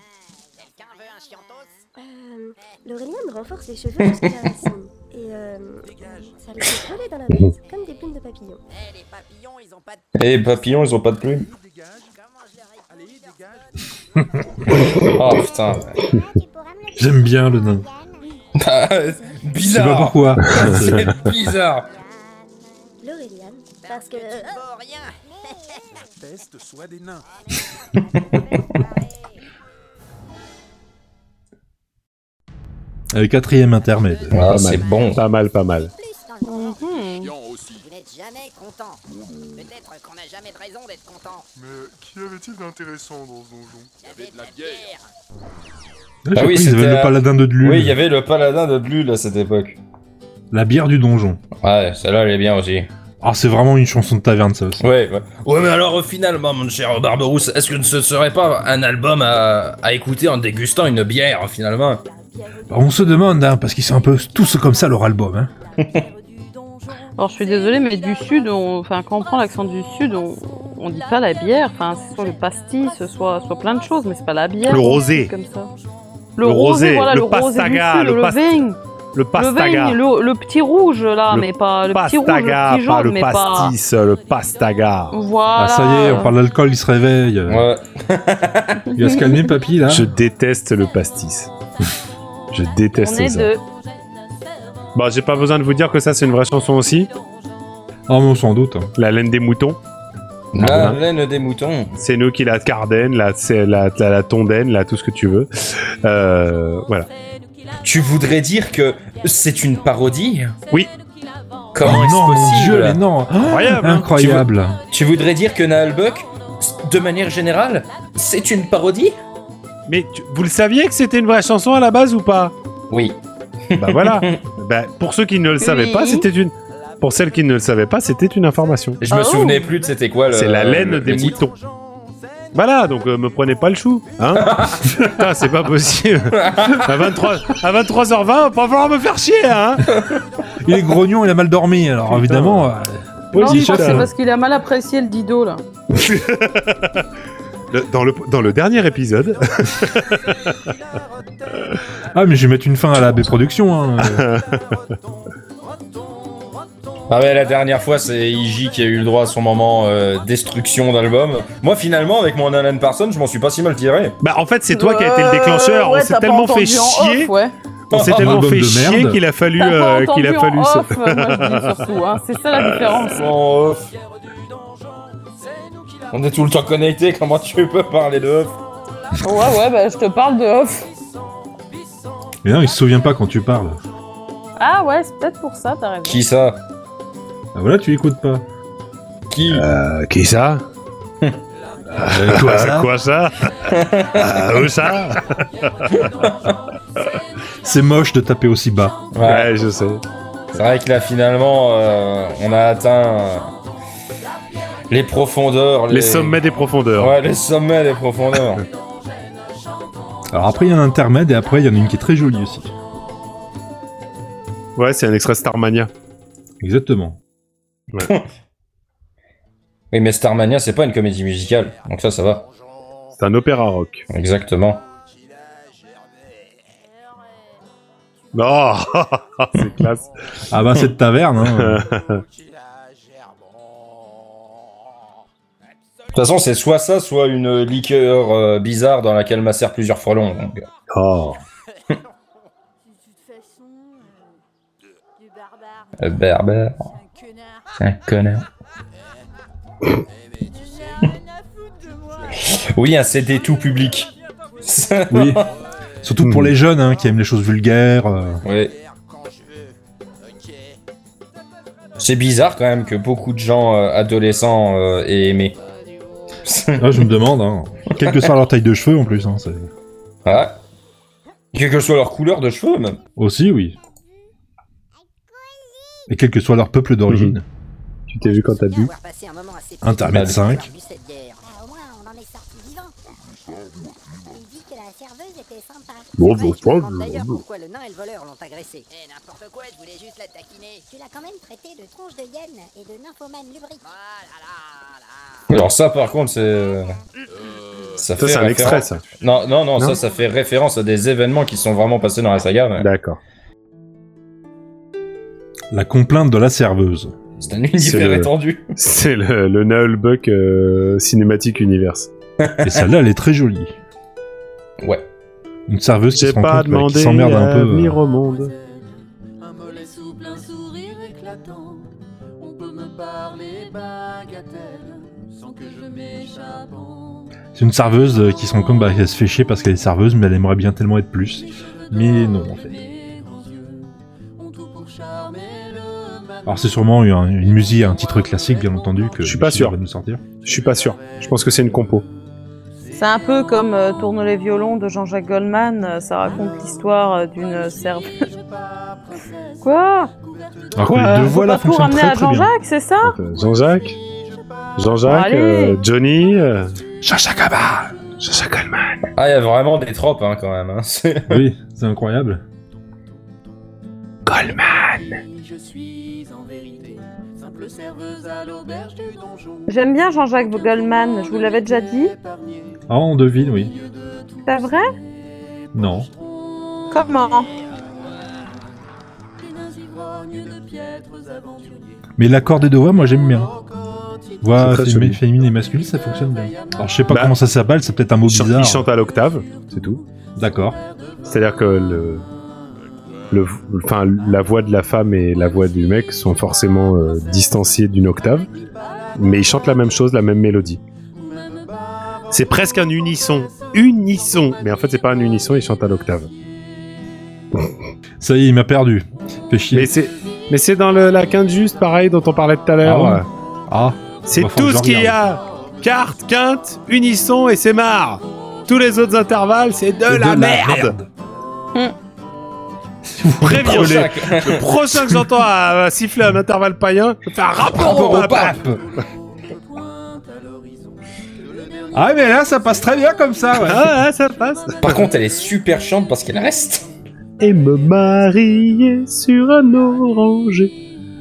Speaker 6: Quelqu'un veut un chiantos
Speaker 11: Euh, L'Aurélien me renforce les cheveux jusqu'à la racine. Et euh, ça les fait voler dans la brise, comme des plumes de papillon.
Speaker 6: Eh, les papillons, ils ont pas de...
Speaker 2: Et Eh, papillons, ils ont pas de plumes.
Speaker 6: Comment je leur ai
Speaker 9: Allez, dégage.
Speaker 2: Oh putain. *laughs*
Speaker 7: Tu pourras me le
Speaker 1: J'aime bien le nain.
Speaker 2: Bah,
Speaker 1: Je sais pas
Speaker 2: bizarre.
Speaker 1: pourquoi.
Speaker 2: *laughs* C'est bizarre.
Speaker 11: L'Aurélien, parce que... euh,
Speaker 6: Tu vaux rien.
Speaker 9: Peste, soit des nains.
Speaker 1: *laughs* Euh, quatrième intermède.
Speaker 2: Ah, c'est bon.
Speaker 4: bah, Pas mal, pas mal.
Speaker 6: Plus dans le monde.
Speaker 5: Mhm.
Speaker 9: Chiant aussi.
Speaker 6: Vous n'êtes jamais content. Peut-être qu'on n'a jamais de raison d'être content.
Speaker 9: Mais qu'y avait-il d'intéressant dans ce donjon
Speaker 6: Il y avait de la bière.
Speaker 1: Ah, j'ai compris, ils avaient
Speaker 2: c'était,
Speaker 1: le
Speaker 2: euh,
Speaker 1: paladin de Dlul.
Speaker 2: Oui, il y avait le paladin de Dlul à cette époque.
Speaker 1: La bière du donjon.
Speaker 2: Ouais, celle-là, elle est bien aussi.
Speaker 1: Ah, c'est vraiment une chanson de taverne, ça aussi.
Speaker 2: Ouais, ouais. Ouais, mais alors, euh, finalement, mon cher Barberousse, est-ce que ce serait pas un album à, à écouter en dégustant une bière, finalement
Speaker 1: Bah, on se demande, hein, parce qu'ils sont un peu tous comme ça, leur album. Hein.
Speaker 5: Alors je suis désolée, mais du sud, on... enfin quand on prend l'accent du sud, on... on dit pas la bière. Enfin, c'est soit le pastis, soit soit plein de choses, mais c'est pas la bière.
Speaker 4: Le rosé.
Speaker 5: Comme ça.
Speaker 4: Le
Speaker 5: Le, rosé,
Speaker 4: rosé,
Speaker 5: voilà,
Speaker 4: le
Speaker 5: le, rosé du
Speaker 4: pastaga,
Speaker 5: sud,
Speaker 4: le
Speaker 5: le,
Speaker 4: past-
Speaker 5: vin,
Speaker 4: Le
Speaker 5: le
Speaker 4: pastaga.
Speaker 5: vin, le, le petit rouge là,
Speaker 4: Le
Speaker 5: mais pas le petit rouge, le
Speaker 4: pastaga,
Speaker 5: petit
Speaker 4: pas
Speaker 5: jaune,
Speaker 4: le
Speaker 5: mais
Speaker 4: pastis, le pastaga.
Speaker 5: pas. Voilà.
Speaker 1: Ah, ça y est, on parle d'alcool, il se réveille.
Speaker 2: Ouais.
Speaker 1: Il va se calmer, papy, là.
Speaker 5: Hein
Speaker 4: Je déteste le pastis. *laughs* Je déteste
Speaker 5: *laughs* On est
Speaker 4: ça.
Speaker 5: deux.
Speaker 4: Bon, j'ai pas besoin de vous dire que ça, c'est une vraie chanson aussi.
Speaker 1: Ah, mais on s'en doute. hein.
Speaker 4: La laine des moutons. Hein
Speaker 2: La laine des moutons.
Speaker 4: C'est nous qui la cardaine, la, c'est la, la, la tondaine, la tout ce que tu veux. Euh, voilà.
Speaker 2: Tu voudrais dire que c'est une parodie
Speaker 4: Oui.
Speaker 2: Comment
Speaker 1: Oh
Speaker 2: est-ce
Speaker 1: non, mon
Speaker 2: possible
Speaker 1: Dieu, mais non.
Speaker 4: Incroyable, hein.
Speaker 1: Incroyable.
Speaker 2: Tu voudrais dire que Naalbuck, de manière générale, c'est une parodie
Speaker 4: Mais tu- vous le saviez que c'était une vraie chanson à la base ou pas
Speaker 2: Oui.
Speaker 4: Bah *laughs* voilà. bah, pour ceux qui ne le savaient
Speaker 5: Oui.
Speaker 4: pas, c'était une. Pour celles qui ne le savaient pas, c'était une information.
Speaker 2: Je me
Speaker 5: Oh.
Speaker 2: souvenais plus de c'était quoi le.
Speaker 4: C'est la laine
Speaker 2: le
Speaker 4: des
Speaker 2: titre.
Speaker 4: moutons. Voilà, donc euh, me prenez pas le chou, hein Putain, c'est pas possible. À 23 à 23h20, on va falloir me faire chier, hein
Speaker 1: Il est grognon, il a mal dormi, alors évidemment. euh,
Speaker 5: Non, je crois que c'est
Speaker 1: Putain.
Speaker 5: parce qu'il a mal apprécié le dido là.
Speaker 4: Le- dans, le, dans le dernier épisode,
Speaker 1: Ah, mais je vais mettre une fin à la B-production.
Speaker 4: *laughs*
Speaker 1: Hein. euh.
Speaker 2: Ah ouais, la dernière fois, c'est Iji qui a eu le droit à son moment euh, destruction d'album. Moi, finalement, avec mon Alan Parsons, je m'en suis pas si mal tiré.
Speaker 4: bah en fait c'est toi qui as été le déclencheur.
Speaker 5: Euh, ouais,
Speaker 4: on s'est
Speaker 5: t'as pas
Speaker 4: tellement fait
Speaker 5: entendu en off,
Speaker 4: chier,
Speaker 5: ouais.
Speaker 4: on s'est
Speaker 2: Un
Speaker 4: tellement
Speaker 1: album
Speaker 4: fait
Speaker 1: de
Speaker 4: chier
Speaker 1: merde.
Speaker 4: qu'il a fallu,
Speaker 5: T'as pas
Speaker 4: euh,
Speaker 5: entendu
Speaker 4: qu'il a fallu.
Speaker 5: en
Speaker 4: se-
Speaker 5: off, euh, moi je dis surtout. Hein. C'est ça la
Speaker 4: *laughs*
Speaker 5: différence.
Speaker 2: Bon, off. On est tout le temps connectés, comment tu peux parler de off
Speaker 5: Ouais, ouais, bah je te parle de off.
Speaker 1: Mais non, il se souvient pas quand tu parles.
Speaker 5: Ah ouais, c'est peut-être pour ça, t'as raison.
Speaker 2: Qui ça
Speaker 1: Ah voilà, tu écoutes pas.
Speaker 2: Qui
Speaker 4: Euh, qui ça
Speaker 1: quoi
Speaker 4: Euh, *laughs* Quoi ça Euh, Où ça
Speaker 1: C'est moche de taper aussi bas.
Speaker 2: Ouais.
Speaker 4: Ouais, je sais.
Speaker 2: C'est vrai que là, finalement, euh, on a atteint euh, les profondeurs.
Speaker 4: Les sommets des profondeurs.
Speaker 2: Ouais, les sommets des profondeurs.
Speaker 1: Alors après, il y a un intermède et après, il y en a une qui est très jolie aussi.
Speaker 4: Ouais, c'est un extrait Starmania.
Speaker 1: Exactement.
Speaker 2: oui, mais Starmania, c'est pas une comédie musicale, donc ça, ça va.
Speaker 4: C'est un opéra rock.
Speaker 2: Exactement.
Speaker 4: Non, Oh, *laughs* c'est classe.
Speaker 1: Ah bah, c'est de taverne.
Speaker 4: *laughs*
Speaker 1: Hein.
Speaker 2: De toute façon, c'est soit ça, soit une liqueur euh, bizarre dans laquelle macère plusieurs frelons. donc.
Speaker 4: Oh.
Speaker 2: Euh, berbère, c'est un connard. oui, un CD tout public. *laughs*
Speaker 1: Oui. Surtout pour
Speaker 4: Hmm.
Speaker 1: les jeunes hein, qui aiment les choses vulgaires. euh.
Speaker 2: Oui. C'est bizarre quand même que beaucoup de gens euh, adolescents euh, aient aimé. *laughs*
Speaker 1: Ah, je me demande. Hein. Quelle que soit leur taille de cheveux en plus. Hein, c'est-
Speaker 2: Ah. Quelle que soit leur couleur de cheveux, même.
Speaker 1: Aussi, oui. Et quel que soit leur peuple d'origine.
Speaker 4: Tu t'es vu quand t'as bu
Speaker 6: Avoir passé un moment assez
Speaker 1: Intermède 5.
Speaker 6: bu cette bière.
Speaker 7: Bah, au moins, on en est sorti vivant.
Speaker 6: Il dit que la serveuse était sympa.
Speaker 4: Bon,
Speaker 6: Ouais,
Speaker 4: bon,
Speaker 6: je me
Speaker 4: bon,
Speaker 6: demande d'ailleurs
Speaker 4: bon.
Speaker 6: pourquoi le nain et le voleur l'ont agressé. Eh, n'importe quoi, je voulais juste la taquiner.
Speaker 7: Tu l'as quand même traité de tronche de hyène et de nymphomane lubrique.
Speaker 6: Ah là là là
Speaker 2: Alors, ça, par contre, c'est. euh, Ça,
Speaker 4: Ça,
Speaker 2: fait
Speaker 4: c'est un
Speaker 2: référence-
Speaker 4: extrait, ça.
Speaker 2: Non, non, non,
Speaker 4: Non Bah,
Speaker 2: ça, ça fait référence à des événements qui sont vraiment passés dans la saga. mais
Speaker 4: D'accord. Hmm.
Speaker 1: La complainte de la serveuse.
Speaker 2: C'est un
Speaker 4: C'est
Speaker 2: univers
Speaker 4: le-
Speaker 2: étendu.
Speaker 4: C'est le, le Nullbuck euh, Cinematic Universe.
Speaker 1: Et celle-là, elle est très jolie.
Speaker 2: Ouais.
Speaker 1: Une serveuse qui
Speaker 4: J'ai
Speaker 1: se rend
Speaker 4: pas
Speaker 1: compte, bah, qui
Speaker 4: demandé à
Speaker 1: s'emmerde un peu. euh.
Speaker 4: venir au monde.
Speaker 9: Un mollet souple, un sourire éclatant. On peut me parler bagatelle sans que je m'échappe. en-
Speaker 1: C'est une serveuse euh, qui se rend compte bah, qu'elle se fait chier parce qu'elle est serveuse, mais elle aimerait bien tellement être plus.
Speaker 9: Les cheveux
Speaker 1: Mais
Speaker 9: d'or,
Speaker 1: non, en fait.
Speaker 9: les grands yeux ont tout pour charmer le mannequin.
Speaker 1: Alors c'est sûrement une, une musique, un titre classique bien entendu que
Speaker 4: Je suis pas
Speaker 1: Michel
Speaker 4: sûr.
Speaker 1: va nous sortir.
Speaker 4: Je suis pas sûr. Je pense que c'est une compo.
Speaker 5: C'est un peu comme euh, Tourne les violons de Jean-Jacques Goldman. euh, Ça raconte l'histoire euh, d'une serve. Quoi
Speaker 1: Alors que
Speaker 5: Quoi
Speaker 1: les deux voix là
Speaker 5: Faut pas tout
Speaker 1: fonctionnent
Speaker 5: ramener
Speaker 1: très
Speaker 5: à
Speaker 1: très bien.
Speaker 5: Jean-Jacques, c'est ça
Speaker 4: Euh, Jean-Jacques Jean-Jacques,
Speaker 5: Allez.
Speaker 4: euh, Johnny. euh,
Speaker 1: Jean-Jacques Abad Jean-Jacques Goldman
Speaker 2: Ah, il y a vraiment des tropes hein, quand même. hein. C'est-
Speaker 1: Oui, c'est incroyable.
Speaker 9: Je suis en vérité simple serveuse à l'auberge du donjon.
Speaker 5: J'aime bien Jean-Jacques Goldman, je vous l'avais déjà dit.
Speaker 1: Ah, on devine, oui.
Speaker 5: C'est vrai
Speaker 1: Non.
Speaker 5: Comment
Speaker 1: Mais l'accord des deux voix, moi j'aime bien. Voix
Speaker 4: C'est très
Speaker 1: fémi-
Speaker 4: joli.
Speaker 1: féminine et masculine, ça fonctionne bien. Alors je sais pas
Speaker 4: Bah,
Speaker 1: comment ça s'appelle, c'est peut-être un mot
Speaker 4: il, chante, il
Speaker 1: bizarre.
Speaker 4: chante à l'octave, c'est tout.
Speaker 1: D'accord.
Speaker 4: C'est-à-dire que le, le, enfin, la voix de la femme et la voix du mec sont forcément euh, distanciées d'une octave, mais ils chantent la même chose, la même mélodie. C'est presque un unisson. Unisson Mais en fait, c'est pas un unisson, ils chantent à l'octave.
Speaker 1: Ça y est, il m'a perdu. Fait
Speaker 4: Mais
Speaker 1: chier.
Speaker 4: c'est, mais c'est dans le, la quinte juste, pareil, dont on parlait tout à l'heure.
Speaker 1: Ah Ah,
Speaker 4: C'est
Speaker 1: Bah, faut
Speaker 4: tout
Speaker 1: que
Speaker 4: ce
Speaker 1: je
Speaker 4: qu'il y a Carte, quinte, unisson et c'est marre Tous les autres intervalles, c'est de,
Speaker 1: c'est
Speaker 4: la, merde. Hmm. Préviens les-
Speaker 2: Prochac.
Speaker 4: Le *laughs* prochain que j'entends à, à siffler un intervalle païen, je fais un rapport au pape
Speaker 1: Ah, mais là, ça passe très bien comme ça, ouais.
Speaker 4: Ah, ah, ça passe
Speaker 2: Par contre, elle est super chiante parce qu'elle reste.
Speaker 4: Et me marier sur un oranger.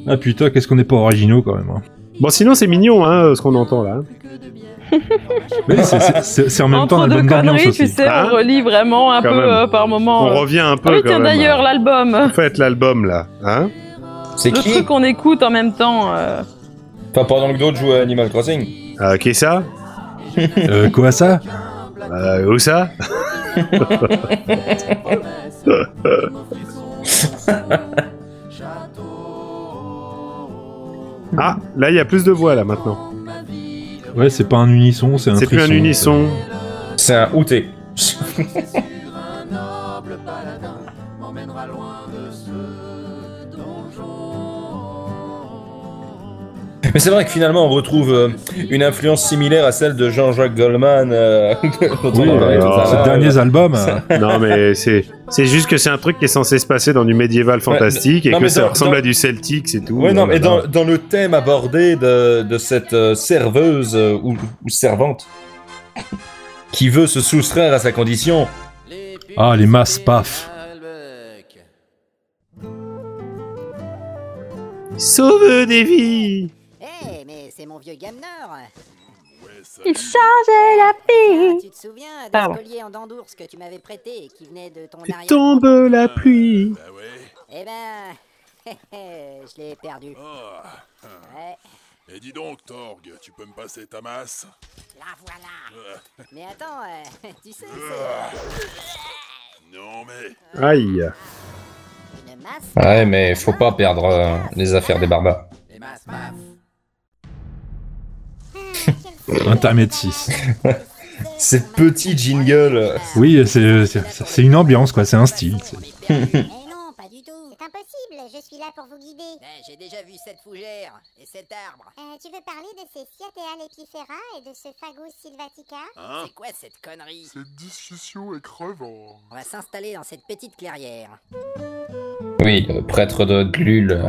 Speaker 1: ah putain, qu'est-ce qu'on n'est pas originaux quand même. hein.
Speaker 4: Bon, sinon, c'est mignon, hein, ce qu'on entend là.
Speaker 1: Oui, c'est- c'est- c'est c'est en même temps
Speaker 5: Entre
Speaker 1: la
Speaker 5: deux
Speaker 1: bonne Ah, ambiance
Speaker 5: conneries, tu
Speaker 1: aussi.
Speaker 5: sais,
Speaker 4: Hein
Speaker 5: on relit vraiment un
Speaker 4: Quand
Speaker 5: peu
Speaker 4: même.
Speaker 5: euh, par moment.
Speaker 4: On
Speaker 5: euh.
Speaker 4: revient un
Speaker 5: Ah
Speaker 4: peu
Speaker 5: oui,
Speaker 4: quand
Speaker 5: tiens,
Speaker 4: même.
Speaker 5: d'ailleurs, l'album. euh,
Speaker 4: En fait, l'album là, hein
Speaker 2: C'est
Speaker 5: Le
Speaker 2: qui
Speaker 5: truc qu'on écoute en même temps. euh.
Speaker 2: Enfin, pendant que d'autres jouent à Animal Crossing.
Speaker 4: euh, Qui ça
Speaker 1: Euh, quoi ça
Speaker 4: euh, Où ça Ah, là, il y a plus de voix là maintenant.
Speaker 1: Ouais, c'est pas un unisson, c'est un
Speaker 4: C'est plus un
Speaker 1: frisson,
Speaker 4: unisson.
Speaker 2: C'est un outé. Mais c'est vrai que finalement on retrouve euh, une influence similaire à celle de Jean-Jacques Goldman euh, *laughs* dont
Speaker 1: Oui,
Speaker 2: on
Speaker 1: euh,
Speaker 2: en
Speaker 4: Oh
Speaker 2: parlait tout
Speaker 4: alors,
Speaker 2: à
Speaker 1: ces
Speaker 2: l'heure.
Speaker 1: derniers albums. euh,
Speaker 4: non, mais c'est c'est juste que c'est un truc qui est censé se passer dans du médiéval fantastique et
Speaker 2: non,
Speaker 4: que
Speaker 2: mais
Speaker 4: ça
Speaker 2: dans-
Speaker 4: ressemble
Speaker 2: dans-
Speaker 4: à du celtique, c'est tout. Oh
Speaker 2: Ouais, non, mais
Speaker 4: Voilà.
Speaker 2: dans, dans le thème abordé de, de cette euh, serveuse euh, ou, ou servante qui veut se soustraire à sa condition.
Speaker 1: Ah, les masses, paf.
Speaker 4: Sauve des vies
Speaker 6: Eh, mais c'est mon vieux
Speaker 7: *laughs*
Speaker 6: Gamnor
Speaker 3: Il changeait la fille.
Speaker 6: Ah, Tu te souviens de
Speaker 5: Pardon.
Speaker 6: ce collier en dents d'ours que tu m'avais prêté et qui venait de ton arrière
Speaker 4: Tombe la pluie
Speaker 6: Eh ben... je l'ai perdu. Ouais,
Speaker 12: Et dis donc, Torg, tu peux me passer ta masse
Speaker 6: la voilà Mais attends, euh, tu sais, c'est
Speaker 12: Non, mais.
Speaker 4: Aïe
Speaker 6: une masse
Speaker 2: Ouais, mais faut pas perdre euh, les affaires des barbares.
Speaker 1: Intermède 6.
Speaker 2: Ces petits jingles.
Speaker 1: Oui, c'est c'est- c'est une ambiance, quoi, c'est un style. c'est-
Speaker 7: Eh non, pas du tout.
Speaker 11: C'est impossible, je suis là pour vous guider.
Speaker 6: Eh, J'ai déjà vu cette fougère et cet arbre.
Speaker 11: Euh, tu veux parler de ces Cyathea lepifera et de ce Phagus sylvatica
Speaker 2: Ah
Speaker 12: Hein
Speaker 6: C'est quoi cette connerie
Speaker 12: Cette discussion est crevante.
Speaker 6: On va s'installer dans cette petite clairière.
Speaker 2: Oui, le prêtre de Glul.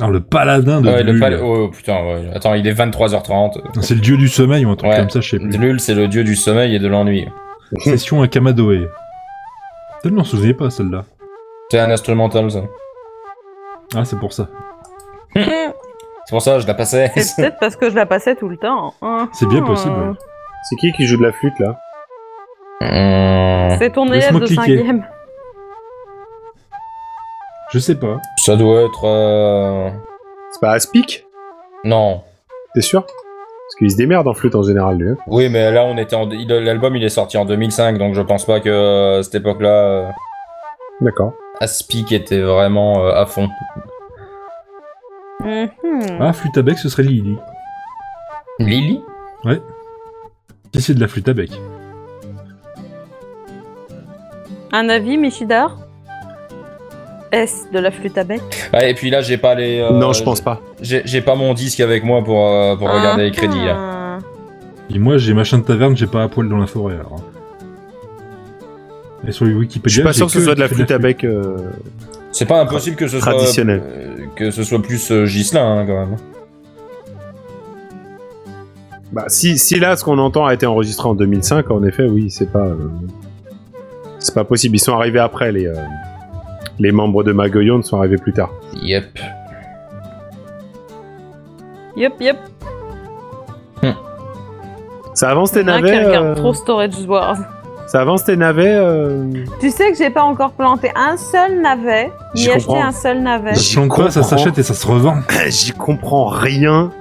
Speaker 1: Non, le paladin de
Speaker 2: Ouais, le
Speaker 1: Dulul.
Speaker 2: pal- oh, oh, putain, ouais. Attends, il est 23h30.
Speaker 1: Non, C'est le dieu du sommeil ou un truc
Speaker 2: Ouais.
Speaker 1: comme ça, je sais
Speaker 2: *laughs*
Speaker 1: plus.
Speaker 2: Glul, c'est le dieu du sommeil et de l'ennui.
Speaker 1: Session à Kamadoé. Je ne m'en souvenais pas, celle-là.
Speaker 2: C'est un instrumental, ça.
Speaker 1: Ah, c'est pour ça.
Speaker 2: C'est pour ça que je la passais.
Speaker 5: C'est peut-être parce que je la passais tout le temps. hein.
Speaker 1: C'est bien possible,
Speaker 5: Euh,
Speaker 1: ouais.
Speaker 4: C'est qui qui joue de la flûte là Ah.
Speaker 2: Mmh,
Speaker 5: C'est ton élève
Speaker 1: Laisse-moi
Speaker 5: de
Speaker 1: cliquer.
Speaker 5: 5ème.
Speaker 1: Je sais pas.
Speaker 2: ça doit être. euh,
Speaker 4: C'est pas Aspic
Speaker 2: Non.
Speaker 4: T'es sûr Parce qu'il se démerde en flûte en général lui. hein.
Speaker 2: Oui, mais là, on était en. il- L'album, il est sorti en 2005, donc je pense pas que euh, à cette époque-là, euh,
Speaker 4: D'accord.
Speaker 2: Aspic était vraiment euh, à fond.
Speaker 5: Mhm.
Speaker 1: Ah, flûte à bec, ce serait Lily.
Speaker 5: Hmm.
Speaker 2: Lily
Speaker 1: Si c'est de la flûte à bec.
Speaker 5: Un avis, Michidar Est-ce de la flûte à bec
Speaker 2: Ah, Et puis là, j'ai pas les. euh,
Speaker 4: non, je pense pas.
Speaker 2: J'ai j'ai pas mon disque avec moi pour, euh, pour regarder les crédits. là.
Speaker 5: Ah.
Speaker 1: Et moi, j'ai machin de taverne, j'ai pas à poil dans la forêt, alors. hein. Et sur les
Speaker 4: Je
Speaker 1: Wikipédia,
Speaker 4: suis pas
Speaker 1: j'ai
Speaker 4: sûr que ce soit de la flûte
Speaker 1: flûte.
Speaker 4: avec. euh,
Speaker 5: Ah.
Speaker 2: C'est pas impossible que ce soit
Speaker 4: Traditionnel.
Speaker 2: euh, que ce soit plus euh, Ghislain hein, quand même.
Speaker 4: Bah, si, si là, ce qu'on entend a été enregistré en 2005, en effet, oui, c'est pas. euh, C'est pas possible. Ils sont arrivés après, les, euh, les membres de Magoyon sont arrivés plus tard.
Speaker 2: hein. Yep.
Speaker 13: Yep, yep.
Speaker 4: Ça avance tes
Speaker 13: Il y en a un qui
Speaker 4: navets
Speaker 13: regarde
Speaker 4: euh,
Speaker 13: trop Storage Wars.
Speaker 4: Ça avance tes navets euh,
Speaker 5: Tu sais que j'ai pas encore planté un seul navet,
Speaker 4: J'y
Speaker 5: ni acheté
Speaker 4: comprends.
Speaker 5: un seul navet.
Speaker 4: J'y
Speaker 1: pas, ça
Speaker 4: comprends-
Speaker 1: s'achète et ça se revend.
Speaker 4: *laughs* J'y comprends rien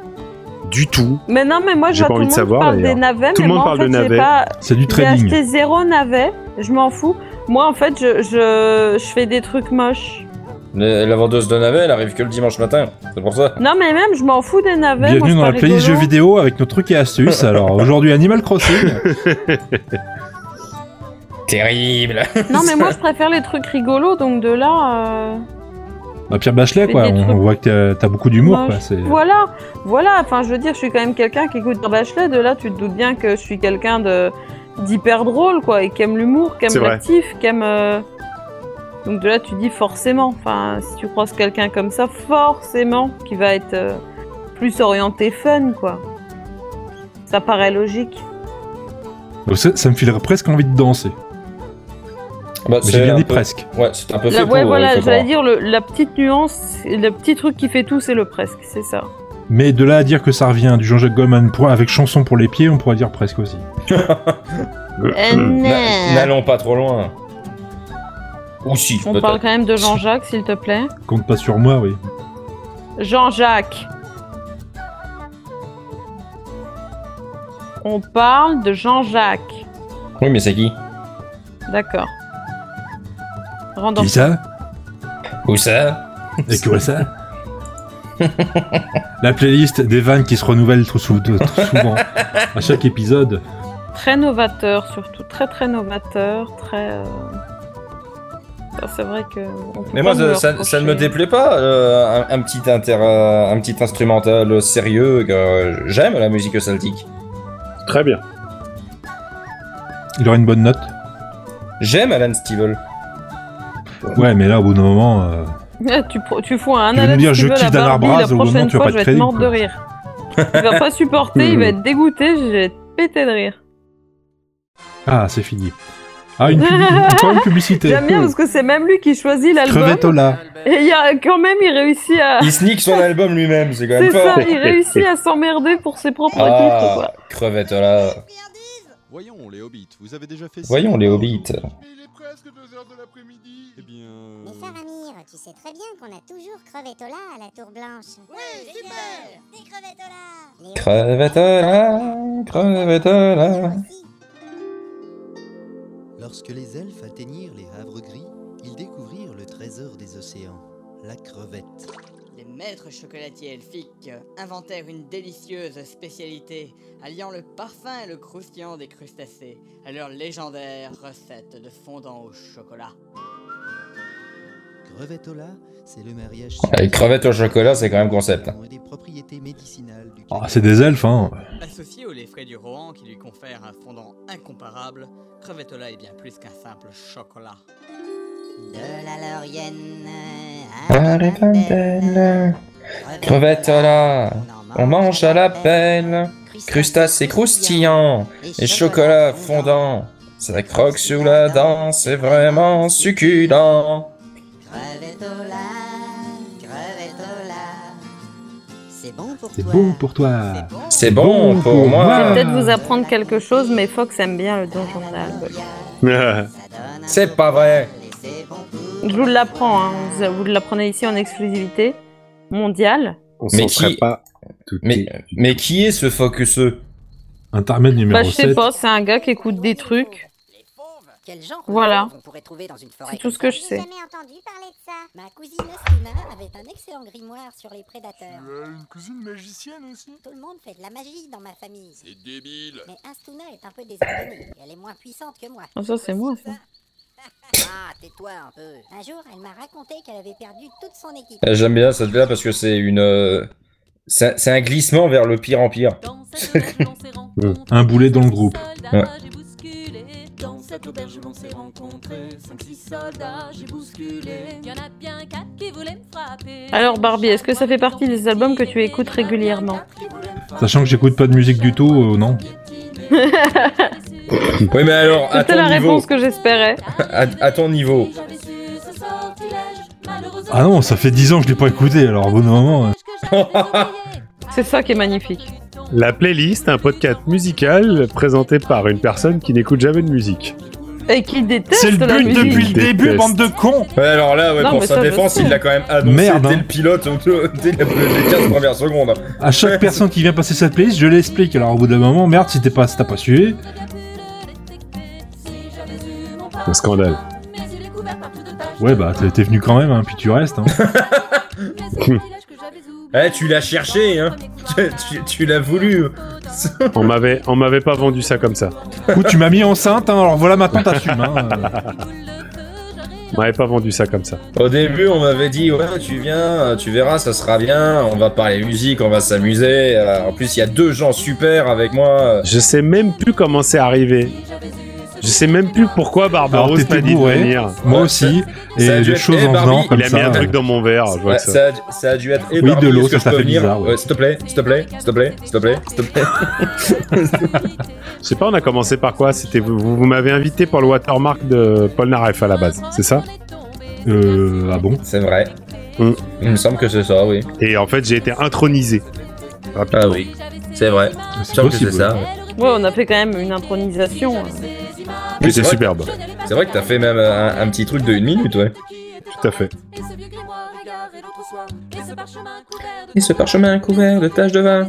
Speaker 4: du tout.
Speaker 5: Mais non, mais moi je
Speaker 4: J'ai
Speaker 5: vois
Speaker 4: pas
Speaker 5: tout
Speaker 4: envie
Speaker 5: le
Speaker 4: de
Speaker 5: monde
Speaker 4: savoir,
Speaker 5: parle des
Speaker 4: d'ailleurs.
Speaker 5: navets,
Speaker 4: Tout
Speaker 5: mais
Speaker 4: le monde
Speaker 5: moi
Speaker 4: parle
Speaker 5: en
Speaker 4: de
Speaker 5: fait, j'ai
Speaker 4: navets.
Speaker 5: pas-
Speaker 1: C'est du trading.
Speaker 5: J'ai acheté zéro navet, je m'en fous. Moi en fait, je, je, je fais des trucs moches.
Speaker 2: Le- la vendeuse de navets, elle arrive que le dimanche matin. C'est pour ça.
Speaker 5: Non, mais même, je m'en fous des navets. moi,
Speaker 1: Bienvenue
Speaker 5: c'est
Speaker 1: dans
Speaker 5: pas
Speaker 1: la playlist
Speaker 5: rigolo.
Speaker 1: jeux vidéo avec nos trucs et astuces. Alors aujourd'hui Animal Crossing.
Speaker 2: Terrible.
Speaker 13: Non, mais moi je préfère les trucs rigolos, donc de là. euh,
Speaker 1: Bah, Pierre Bachelet
Speaker 13: Fais
Speaker 1: quoi.
Speaker 13: des
Speaker 1: On
Speaker 13: trucs.
Speaker 1: voit que t'as- t'as beaucoup d'humour
Speaker 5: Moi,
Speaker 1: quoi.
Speaker 5: je-
Speaker 1: c'est-
Speaker 5: Voilà, voilà. Enfin, je veux dire, je suis quand même quelqu'un qui écoute un bachelet. De là, tu te doutes bien que je suis quelqu'un de d'hyper drôle, quoi, et qui aime l'humour, qui
Speaker 13: C'est
Speaker 5: aime
Speaker 13: vrai.
Speaker 5: l'actif, qui aime. euh, Donc de là, tu dis forcément. Enfin, si tu croises quelqu'un comme ça, forcément, qui va être euh, plus orienté fun, quoi. Ça paraît logique.
Speaker 1: Donc, Ça, ça me filerait presque envie de danser.
Speaker 2: Bah,
Speaker 1: Mais
Speaker 2: c'est
Speaker 1: J'ai bien
Speaker 2: un
Speaker 1: dit
Speaker 2: peu-
Speaker 1: presque.
Speaker 2: Ouais, c'est un peu
Speaker 5: Là,
Speaker 2: fait
Speaker 5: ouais,
Speaker 2: pour, euh, il
Speaker 5: voilà,
Speaker 2: faut
Speaker 5: j'allais
Speaker 2: croire.
Speaker 5: dire le- la petite nuance, le petit truc qui fait tout, c'est le presque, c'est ça.
Speaker 1: Mais de là à dire que ça revient du Jean-Jacques Goldman pour- avec chanson pour les pieds, on pourrait dire presque aussi.
Speaker 13: Mmh.
Speaker 5: Eh,
Speaker 2: Na-
Speaker 5: non.
Speaker 13: Bah,
Speaker 2: N'allons pas trop loin. Ou si,
Speaker 5: On parle
Speaker 2: peut-être.
Speaker 5: quand même de Jean-Jacques, s'il te plaît.
Speaker 1: Compte pas sur moi, oui.
Speaker 5: Jean-Jacques. On parle de Jean-Jacques.
Speaker 2: Oui, mais c'est qui
Speaker 5: D'accord. Rendons.
Speaker 1: ça
Speaker 2: Où ça
Speaker 1: Et quoi ça La playlist des vannes qui se renouvelle trop, sou- de- trop souvent à chaque épisode.
Speaker 5: Très novateur, surtout. Très, très novateur. Très. euh, ça, c'est vrai que. on peut
Speaker 2: Mais moi,
Speaker 5: pas nous
Speaker 2: ça,
Speaker 5: le
Speaker 2: ça- ça ne me
Speaker 5: reprocher.
Speaker 2: déplaît pas, euh, un, un petit inter, euh, un petit instrumental sérieux. que euh, J'aime la musique celtique.
Speaker 4: *coughs* Très bien. *laughs*
Speaker 1: Il aura une bonne note.
Speaker 2: J'aime Alan Stevel.
Speaker 1: Ouais, mais là, au bout d'un moment. euh,
Speaker 5: Ah, *laughs* tu, pro- tu fous un
Speaker 1: Tu vas
Speaker 5: Alan
Speaker 1: nous dire,
Speaker 5: qui
Speaker 1: je
Speaker 5: veut la
Speaker 1: kiffe Dan
Speaker 5: Barbie,
Speaker 1: Arbraz,
Speaker 5: la
Speaker 1: au moment,
Speaker 5: prochaine
Speaker 1: tu vas
Speaker 5: fois,
Speaker 1: pas
Speaker 5: je
Speaker 1: de
Speaker 5: vais être
Speaker 1: crédit,
Speaker 5: morte de
Speaker 1: quoi.
Speaker 5: rire. Il va pas supporter, il va être dégoûté, je vais être pété de rire.
Speaker 1: Ah, c'est fini. Ah, une publi- encore une publicité.
Speaker 5: *laughs* J'aime bien parce que c'est même lui qui choisit l'album.
Speaker 1: Crevetola.
Speaker 5: Et il y a quand même, il réussit à.
Speaker 2: Il sneak
Speaker 5: *laughs*
Speaker 2: son album lui-même, c'est quand même
Speaker 5: Ah. C'est
Speaker 2: fort.
Speaker 5: ça, il réussit à s'emmerder pour ses propres titres,
Speaker 2: Ah,
Speaker 5: quoi.
Speaker 2: crevette là. euh,
Speaker 6: Voyons les hobbits, vous avez déjà fait ça
Speaker 2: Voyons les hobbits.
Speaker 7: Mais Faramir, tu sais très bien qu'on a toujours Crevetola à la Tour Blanche. Ouais, super Des Crevetola
Speaker 2: Crevette là, crevette là.
Speaker 12: Lorsque les elfes atteignirent les havres gris, ils découvrirent le trésor des océans, la crevette.
Speaker 9: Les maîtres chocolatiers elfiques inventèrent une délicieuse spécialité alliant le parfum et le croustillant des crustacés à leur légendaire recette de fondant au chocolat.
Speaker 12: Crevetola, c'est le mariage
Speaker 2: Avec crevette Ah, au chocolat, c'est quand même concept.
Speaker 12: des propriétés médicinales du
Speaker 1: Ah, c'est des elfes, hein.
Speaker 9: Associé au lait frais du Rohan qui lui confère un fondant incomparable, Crevetola est bien plus qu'un simple chocolat.
Speaker 7: De la Laurienne
Speaker 1: *laughs*
Speaker 2: Crevette là, on mange à la pelle. Crustacés croustillants et chocolat fondant. Ça croque sur la dent, c'est vraiment succulent.
Speaker 7: Crevetola, Crevetola. C'est bon pour
Speaker 1: C'est bon pour toi.
Speaker 2: C'est bon pour moi.
Speaker 5: Je vais peut-être vous apprendre quelque chose, mais Fox aime bien le donjon de l'Albe.
Speaker 2: C'est pas vrai.
Speaker 5: Je vous l'apprends, hein. vous vous l'apprenez ici en exclusivité mondiale.
Speaker 4: On
Speaker 2: mais
Speaker 4: s'en serait
Speaker 2: qui...
Speaker 4: pas
Speaker 2: mais, mais qui est ce focus
Speaker 1: Intermède numéro
Speaker 5: Bah, je sais
Speaker 1: 7.
Speaker 5: pas, c'est un gars qui écoute des trucs.
Speaker 14: Quel genre de
Speaker 5: Voilà.
Speaker 14: fauve on pourrait trouver dans une forêt
Speaker 5: C'est tout ce que je sais.
Speaker 7: jamais entendu parler de ça. Ma cousine Ostrina avait un excellent grimoire sur les prédateurs.
Speaker 15: Tu as une cousine magicienne aussi
Speaker 7: Tout le monde fait de la magie dans ma famille.
Speaker 15: C'est débile.
Speaker 7: Mais Astuna est un peu désordonnée. Elle est moins puissante que moi.
Speaker 5: Ah, ça, c'est moi, ça.
Speaker 7: *laughs* Ah, tais-toi un peu. Un jour, elle m'a raconté qu'elle avait perdu toute son équipe.
Speaker 2: Eh, J'aime bien cette là parce que c'est une. euh, C'est c'est un glissement vers le pire en pire.
Speaker 1: Un boulet dans le groupe.
Speaker 2: Ouais.
Speaker 9: J'ai bousculé. Dans cette auberge, on s'est rencontrés. 5-6 soldats, j'ai bousculé. Y en a bien 4 qui voulaient me frapper.
Speaker 16: Alors Barbie, est-ce que ça fait partie des albums que tu écoutes régulièrement *laughs*
Speaker 1: Sachant que j'écoute pas de musique du tout, euh, non.
Speaker 2: Oui, mais alors, à ton
Speaker 16: C'était la
Speaker 2: niveau.
Speaker 16: réponse que j'espérais.
Speaker 2: à, à ton niveau.
Speaker 1: Ah non, ça fait 10 ans que je l'ai pas écouté, alors au bout d'un moment. euh.
Speaker 16: C'est ça qui est magnifique.
Speaker 4: La playlist, un podcast musical présenté par une personne qui n'écoute jamais de musique.
Speaker 16: Et qui déteste
Speaker 1: C'est le
Speaker 16: la
Speaker 1: but
Speaker 16: musique.
Speaker 1: depuis le
Speaker 4: Il
Speaker 1: début,
Speaker 4: déteste.
Speaker 1: bande de cons
Speaker 2: Ouais, alors là, ouais,
Speaker 16: Non,
Speaker 2: pour
Speaker 16: mais
Speaker 2: sa
Speaker 16: ça, je
Speaker 2: défense,
Speaker 16: sais.
Speaker 2: il l'a quand même annoncé
Speaker 1: Merde,
Speaker 2: dès
Speaker 1: hein.
Speaker 2: le pilote, dès les- les 15 premières secondes.
Speaker 1: À chaque personne qui vient passer cette playlist, je l'explique. Alors au bout d'un moment, merde, si t'es pas, si t'as pas suivi.
Speaker 4: Un scandale.
Speaker 1: Ouais, bah t'es t'es venu quand même, hein, puis tu *laughs* restes. Hein.
Speaker 2: Eh, tu l'as cherché, hein Tu, tu- tu l'as voulu
Speaker 4: on m'avait, on m'avait pas vendu ça comme ça.
Speaker 1: Ou tu m'as mis enceinte, hein, alors voilà, maintenant t'assumes. Hein. *laughs*
Speaker 4: On m'avait pas vendu ça comme ça.
Speaker 2: Au début, on m'avait dit, ouais, tu viens, tu verras, ça sera bien, on va parler musique, on va s'amuser. Euh, En plus, il y a deux gens super avec moi.
Speaker 4: Je sais même plus comment c'est arrivé. Je sais même plus pourquoi
Speaker 1: Alors
Speaker 4: Barbaros
Speaker 1: t'étais
Speaker 4: m'a dit de
Speaker 1: bourré,
Speaker 4: venir.
Speaker 1: moi aussi,
Speaker 2: ça a
Speaker 1: et
Speaker 2: dû
Speaker 1: les
Speaker 2: être-
Speaker 1: choses
Speaker 2: eh,
Speaker 1: en
Speaker 2: Barbie,
Speaker 1: venant comme
Speaker 4: Il a mis
Speaker 1: ça.
Speaker 4: un
Speaker 1: ouais.
Speaker 4: truc dans mon
Speaker 1: Ah,
Speaker 4: verre, je vois
Speaker 2: Ouais,
Speaker 4: que ça.
Speaker 2: ça, a, ça a dû être. eh,
Speaker 1: Oui,
Speaker 2: Barbie,
Speaker 1: de l'eau,
Speaker 2: est-ce
Speaker 1: ça,
Speaker 2: que je
Speaker 1: ça
Speaker 2: peux
Speaker 1: fait
Speaker 2: venir Euh,
Speaker 1: bizarre, ouais.
Speaker 2: S'il te plaît, s'il te plaît, s'il te plaît, s'il te plaît, s'il te plaît. *laughs*
Speaker 4: Je sais pas, on a commencé par quoi C'était vous, vous m'avez invité pour le watermark de Paul Naref à la base, c'est ça
Speaker 1: Euh, ah bon
Speaker 2: C'est vrai.
Speaker 4: Mm.
Speaker 2: Il me semble que c'est ça, oui.
Speaker 4: Et en fait, j'ai été intronisé. Rapidement.
Speaker 2: Ah oui, c'est vrai. Il me
Speaker 1: C'est
Speaker 2: semble que c'est
Speaker 1: possible,
Speaker 2: ça.
Speaker 1: ouais.
Speaker 16: Ouais, on a fait quand même une intronisation. hein.
Speaker 2: Oui,
Speaker 4: C'est
Speaker 2: vrai
Speaker 4: superbe,
Speaker 2: C'est vrai que t'as fait même un, un petit truc de une minute, ouais.
Speaker 4: tout à fait.
Speaker 2: Et ce parchemin couvert de taches de vin.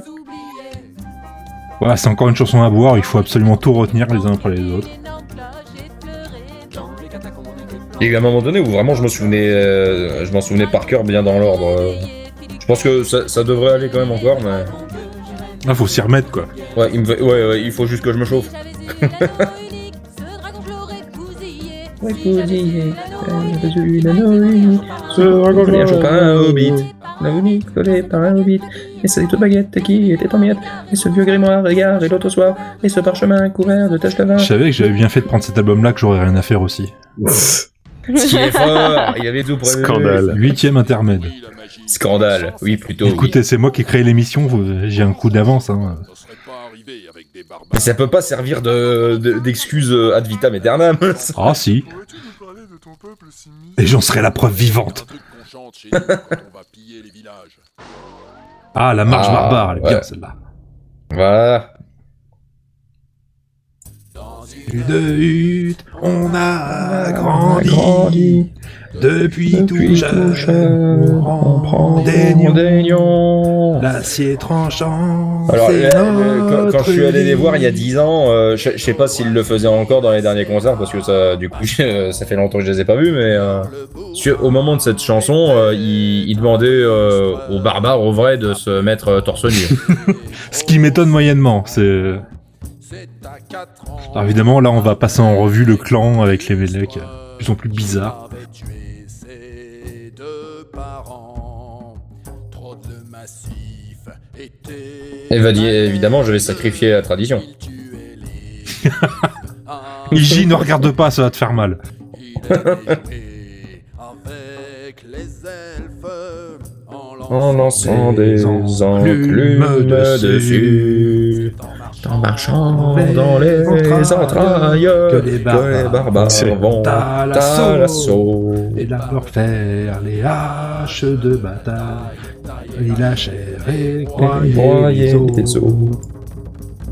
Speaker 1: Voilà, c'est encore une chanson à boire, il faut absolument tout retenir les uns après les autres.
Speaker 2: Il y a eu un moment donné où vraiment je me souvenais, euh, je m'en souvenais par cœur bien dans l'ordre. euh. Je pense que ça, ça devrait aller quand même encore, mais
Speaker 1: Là, Ah, faut s'y remettre quoi.
Speaker 2: ouais, il me fait- ouais, ouais, il faut juste que je me chauffe. Collé à Chopin, un hobbit. collé par un hobbit. Et cette baguette qui était en miettes. Et ce vieux grimoire égare et l'autre soir. Et ce parchemin couvert de taches de vin.
Speaker 1: Je savais que j'avais bien fait de prendre cet album là, que j'aurais rien à faire aussi.
Speaker 2: Ce qui est fort, il avait tout prévu.
Speaker 4: Scandale.
Speaker 1: Huitième intermède.
Speaker 2: Scandale, oui plutôt. oui.
Speaker 1: Écoutez, c'est moi qui ai créé l'émission, vous- j'ai un coup d'avance. Hein.
Speaker 2: Mais ça peut pas servir de de- d'excuse euh, ad vitam aeternam. *laughs*
Speaker 1: Ah si. Et j'en serai la preuve vivante. Ah, la marche
Speaker 2: Ah,
Speaker 1: barbare, elle est bien
Speaker 2: ouais.
Speaker 1: celle-là.
Speaker 2: voilà.
Speaker 1: De hutte, on a grandi. Depuis, tout jeune, on prend des nions. L'acier tranchant.
Speaker 2: Alors,
Speaker 1: c'est
Speaker 2: là, euh, quand, quand je suis
Speaker 1: notre
Speaker 2: allé les voir il y a
Speaker 1: vie.
Speaker 2: 10 ans, euh, je je sais pas s'ils le faisaient encore dans les derniers concerts parce que ça, du coup, *laughs* je- ça fait longtemps que je les ai pas vus, mais euh, sur- au moment de cette chanson, euh, ils, ils demandaient euh, aux barbares, aux vrais, de se mettre euh, torse nu.
Speaker 1: Ce qui m'étonne moyennement, c'est. Alors, évidemment, là, on va passer en revue le clan avec les Vélec, de plus en plus bizarres.
Speaker 2: Et va dire, évidemment, je vais sacrifier la tradition.
Speaker 1: *laughs* Iji, ne regarde pas, ça va te faire mal.
Speaker 2: *laughs* En lançant des
Speaker 1: enclumes
Speaker 2: enclumes dessus, en marchant dans les entrailles, que les barbares
Speaker 4: C'est-
Speaker 2: vont
Speaker 1: à
Speaker 2: à l'assaut.
Speaker 1: Et d'abord faire les haches de bataille. Et la chair et
Speaker 2: Et broyer les os.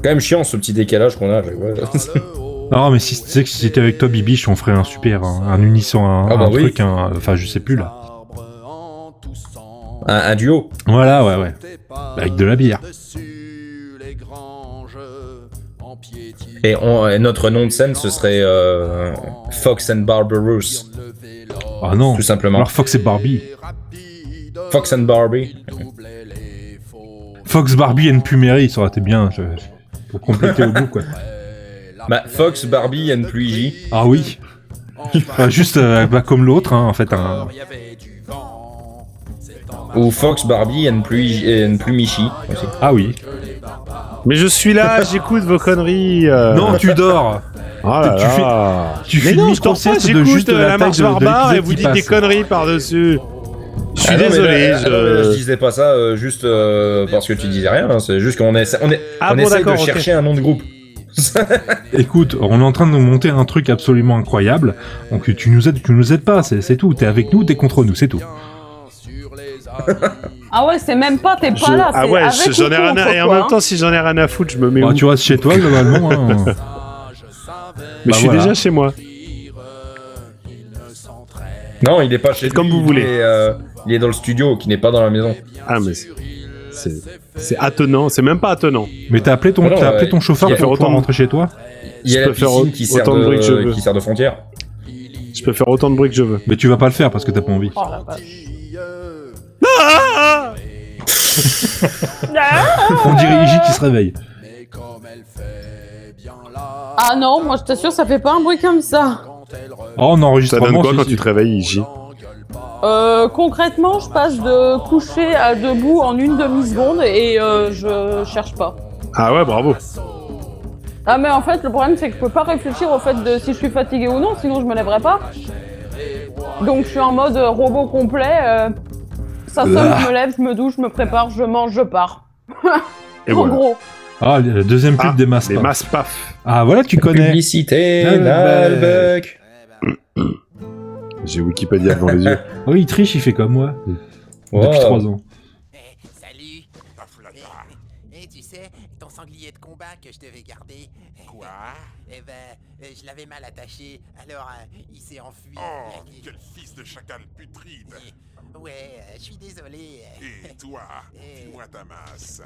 Speaker 2: Quand même chiant ce petit décalage qu'on a. mais ouais. *laughs*
Speaker 1: Non, mais si tu sais que si c'était avec toi, Bibiche, on ferait un super, un, un unisson, un,
Speaker 2: Ah bah
Speaker 1: un
Speaker 2: oui.
Speaker 1: truc, un- enfin, je sais plus là.
Speaker 2: un, un duo.
Speaker 1: Voilà, ouais, ouais. Avec de la bière.
Speaker 2: Et, on- et notre nom de scène, ce serait euh, Fox and Barbarous,
Speaker 1: Ah non.
Speaker 2: tout simplement.
Speaker 1: Alors, Fox et Barbie.
Speaker 2: Fox and Barbie.
Speaker 1: Fox, Barbie and Puméry, ça aurait été bien. je- Pour compléter au
Speaker 4: *laughs*
Speaker 1: bout, quoi.
Speaker 2: Bah, Fox, Barbie and Luigi.
Speaker 1: Ah oui. Enfin, juste euh, bah, comme l'autre, hein, en fait. Un...
Speaker 2: Ou Fox, Barbie and Pluigi- and Plumichi. aussi.
Speaker 1: Ah oui.
Speaker 4: Mais je
Speaker 1: *laughs*
Speaker 4: suis là, j'écoute vos conneries. euh.
Speaker 1: Non, tu dors.
Speaker 4: Oh là
Speaker 1: Tu fais-
Speaker 4: là.
Speaker 1: tu fais
Speaker 4: Mais
Speaker 1: une
Speaker 4: non, je
Speaker 1: micro
Speaker 4: dors pas,
Speaker 1: sieste de
Speaker 4: j'écoute
Speaker 1: juste
Speaker 4: euh,
Speaker 1: la
Speaker 4: la
Speaker 1: taille
Speaker 4: marche
Speaker 1: de- de
Speaker 4: barbare et
Speaker 1: l'épisode
Speaker 4: vous
Speaker 1: qui
Speaker 4: dites des
Speaker 1: passe.
Speaker 4: conneries par-dessus. Je suis
Speaker 2: Ah non, mais
Speaker 4: désolé.
Speaker 2: là,
Speaker 4: je-
Speaker 2: là, Je disais pas ça euh, juste euh, parce que tu disais rien. hein, C'est juste qu'on essaie, on est,
Speaker 4: Ah
Speaker 2: on
Speaker 4: bon,
Speaker 2: essaie de
Speaker 4: d'accord, ok.
Speaker 2: chercher un nom de groupe.
Speaker 1: Écoute, on est en train de monter un truc absolument incroyable. Donc tu nous aides, tu nous aides pas, c'est c'est tout. T'es avec nous, t'es contre nous, c'est tout.
Speaker 5: Ah ouais, c'est même pas, t'es pas là.
Speaker 4: Ah
Speaker 5: c'est
Speaker 4: ouais,
Speaker 5: avec
Speaker 4: j'en
Speaker 5: ou
Speaker 4: ai rien
Speaker 5: contre,
Speaker 4: à... Et en
Speaker 5: quoi,
Speaker 4: même
Speaker 5: hein.
Speaker 4: temps, si j'en ai rien à foutre, je me mets
Speaker 1: Bah,
Speaker 4: où
Speaker 1: tu restes chez toi globalement. hein.
Speaker 4: Mais je suis
Speaker 1: voilà.
Speaker 4: déjà chez moi.
Speaker 2: Non, il est pas chez
Speaker 4: Comme
Speaker 2: lui,
Speaker 4: vous voulez.
Speaker 2: Il est, euh, il est dans le studio, qui n'est pas dans la maison.
Speaker 4: Ah, mais c'est- c'est c'est attenant, c'est même pas attenant.
Speaker 1: Mais t'as appelé ton,
Speaker 2: Bah non,
Speaker 1: t'as appelé
Speaker 2: euh,
Speaker 1: ton chauffeur
Speaker 2: il y a
Speaker 1: pour
Speaker 4: autant
Speaker 1: pouvoir
Speaker 4: de-
Speaker 1: rentrer chez toi
Speaker 2: Il y a
Speaker 4: Je
Speaker 2: la
Speaker 4: peux faire
Speaker 2: piscine qui sert
Speaker 4: autant de bruit que je veux.
Speaker 2: de, qui sert de frontière.
Speaker 4: Je peux faire autant de bruit que je veux.
Speaker 1: Mais tu vas pas le faire parce que t'as pas envie.
Speaker 5: Oh la vache.
Speaker 1: On dirait Iji qui se réveille.
Speaker 5: *laughs* Ah non, moi je t'assure, ça fait pas un bruit comme ça.
Speaker 1: Oh, en
Speaker 4: Ça donne
Speaker 1: enregistrement,
Speaker 4: quoi
Speaker 1: c'est-
Speaker 4: quand tu te réveilles, Iji
Speaker 5: Euh, concrètement, je passe de coucher à debout en une demi-seconde et euh, je cherche pas.
Speaker 4: Ah ouais, bravo.
Speaker 5: Ah mais en fait, le problème c'est que je peux pas réfléchir au fait de si je suis fatiguée ou non, sinon je me lèverais pas. Donc je suis en mode euh, robot complet. euh, ça sonne,
Speaker 1: Ah.
Speaker 5: je me lève, je me douche, je me prépare, je mange, je pars.
Speaker 1: Et
Speaker 5: en
Speaker 1: voilà.
Speaker 5: gros.
Speaker 1: Ah, le deuxième pub des masses.
Speaker 4: Les
Speaker 1: Paf.
Speaker 4: masses paf.
Speaker 1: Ah, voilà, tu connais.
Speaker 2: Publicité,
Speaker 1: Ah,
Speaker 2: Nalbec.
Speaker 4: J'ai Wikipédia devant les yeux.
Speaker 1: Oui, Oh, il triche, il fait comme moi. Depuis
Speaker 2: Wow.
Speaker 1: 3 ans.
Speaker 17: Eh, Et Eh, tu sais, ton sanglier de combat que je devais garder. Quoi *laughs* Eh ben, euh, je l'avais mal attaché, alors euh, il s'est enfui.
Speaker 12: Oh, quel fils de chacal putride
Speaker 17: Ouais, euh, je suis désolé. Eh, *laughs*
Speaker 12: Et toi, dis-moi ta masse.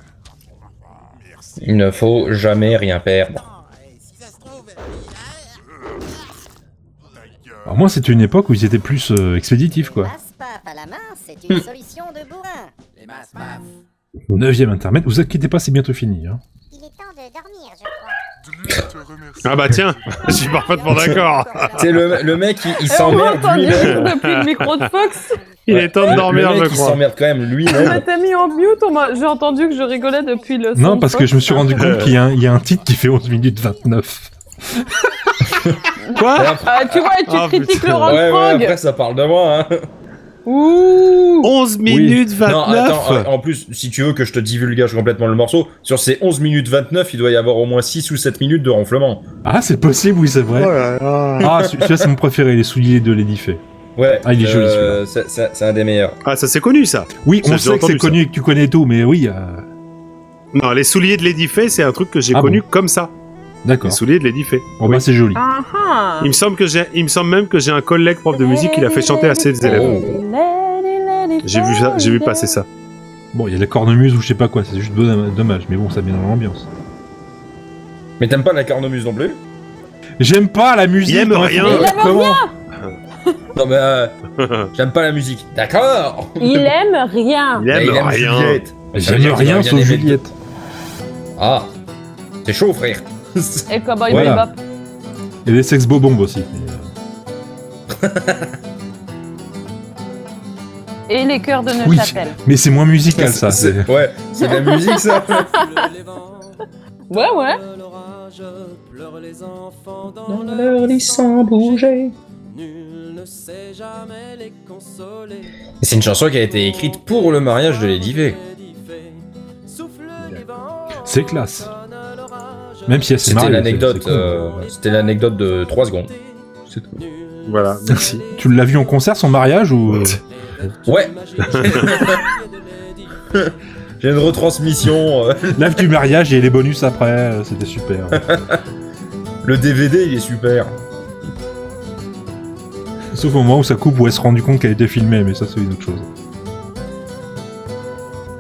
Speaker 12: Merci.
Speaker 2: Il ne faut jamais rien perdre.
Speaker 17: euh,
Speaker 1: Alors, moi, c'était une époque où ils étaient plus euh, expéditifs, quoi.
Speaker 7: Maspaf à la main, c'est une solution de bourrin. Les Maspaf.
Speaker 1: Neuvième intermède, vous inquiétez pas, c'est bientôt fini. hein.
Speaker 4: *laughs* Ah bah tiens, je suis
Speaker 7: *laughs*
Speaker 4: parfaitement d'accord.
Speaker 2: C'est le, le mec, il,
Speaker 1: Eh,
Speaker 2: il
Speaker 5: Et on m'a
Speaker 2: s'emmerde
Speaker 5: entendu
Speaker 2: lui-même.
Speaker 5: depuis le micro de Fox.
Speaker 4: Il est temps de
Speaker 2: Le-
Speaker 4: dormir,
Speaker 2: le mec,
Speaker 4: je
Speaker 2: il
Speaker 4: crois.
Speaker 2: s'emmerde quand même
Speaker 5: On
Speaker 2: lui-même.
Speaker 5: m'était mis en mute, on m'a- j'ai entendu que je rigolais depuis le son
Speaker 1: Non,
Speaker 5: de
Speaker 1: parce que
Speaker 5: Fox.
Speaker 1: je me suis rendu compte
Speaker 4: Euh.
Speaker 1: qu'il y, a un- il y a un titre qui fait 11 minutes 29.
Speaker 4: Quoi
Speaker 5: Ah, tu vois, et tu
Speaker 4: Ah,
Speaker 5: critiques
Speaker 4: putain.
Speaker 5: le
Speaker 2: Ouais, ouais,
Speaker 5: Frog
Speaker 2: après ça parle de moi. Hein.
Speaker 4: 11 minutes
Speaker 2: Oui. Non,
Speaker 4: 29
Speaker 2: attends, euh, en plus, si tu veux que je te divulgage complètement le morceau, sur ces 11 minutes 29, il doit y avoir au moins 6 ou 7 minutes de ronflement.
Speaker 1: Ah, c'est possible, oui, c'est vrai.
Speaker 4: Oh là là.
Speaker 1: Ah, celui- celui-là, c'est mon préféré, les souliers de Lady Fay.
Speaker 2: Ouais,
Speaker 1: Ah, il est joli,
Speaker 2: euh, c'est- c'est c'est un des meilleurs.
Speaker 4: Ah, ça c'est connu ça.
Speaker 1: Oui,
Speaker 4: Ça,
Speaker 1: on
Speaker 4: j'ai
Speaker 1: sait que
Speaker 4: entendu
Speaker 1: c'est connu et que tu connais tout, mais oui. euh,
Speaker 4: Non, les souliers de Lady Fay, c'est un truc que j'ai
Speaker 1: Ah
Speaker 4: connu comme ça.
Speaker 1: D'accord.
Speaker 4: Les souliers de Lady Fay.
Speaker 1: Bon, bah, c'est joli.
Speaker 5: Ah ah
Speaker 4: Il me semble que j'ai, il me semble même que j'ai un collègue prof de musique qui l'a fait chanter à ses élèves.
Speaker 5: Oh.
Speaker 4: J'ai vu ça, j'ai vu passer ça.
Speaker 1: Bon, il y a la cornemuse ou je sais pas quoi, c'est juste do- dommage, mais bon, ça met dans l'ambiance.
Speaker 2: Mais t'aimes pas la cornemuse non plus
Speaker 1: J'aime pas la musique.
Speaker 4: Il aime
Speaker 1: dans la
Speaker 4: rien.
Speaker 1: forêt,
Speaker 5: Il aime
Speaker 1: comment
Speaker 2: Non, mais
Speaker 4: *laughs*
Speaker 2: euh, j'aime pas la musique. D'accord
Speaker 5: Il aime rien.
Speaker 4: Il
Speaker 2: Mais
Speaker 4: aime rien.
Speaker 2: Juliette. Ça veut
Speaker 1: Eh, J'aime
Speaker 2: dire qu'il
Speaker 1: rien
Speaker 2: aurait
Speaker 1: sauf
Speaker 2: bien aimé-
Speaker 1: Juliette.
Speaker 2: Ah, c'est chaud, frère.
Speaker 5: Et Cowboy
Speaker 1: Voilà.
Speaker 5: Bebop.
Speaker 1: Et les sex bombes aussi. euh,
Speaker 5: Et les cœurs de
Speaker 1: Oui,
Speaker 5: Neuchâtel.
Speaker 1: mais c'est moins musical ça. c'est-
Speaker 2: Ouais, c'est de la musique ça.
Speaker 5: Ouais, ouais.
Speaker 2: C'est une chanson qui a été écrite pour le mariage de Lady Fay.
Speaker 1: C'est classe. Même si elle s'est
Speaker 2: C'était
Speaker 1: mariée.
Speaker 2: l'anecdote.
Speaker 1: c'est- c'est cool.
Speaker 2: euh, C'était l'anecdote de 3 secondes. C'est tout.
Speaker 4: Voilà, merci.
Speaker 1: Tu l'as vu en concert son mariage ou *laughs*
Speaker 2: Ouais. J'ai une retransmission. euh, *laughs*
Speaker 1: Live du mariage et les bonus après, euh, c'était
Speaker 4: *laughs*
Speaker 1: super.
Speaker 2: Le DVD, il est super.
Speaker 1: Sauf au moment où ça coupe où elle se rendu compte qu'elle était filmée, mais ça c'est une autre chose.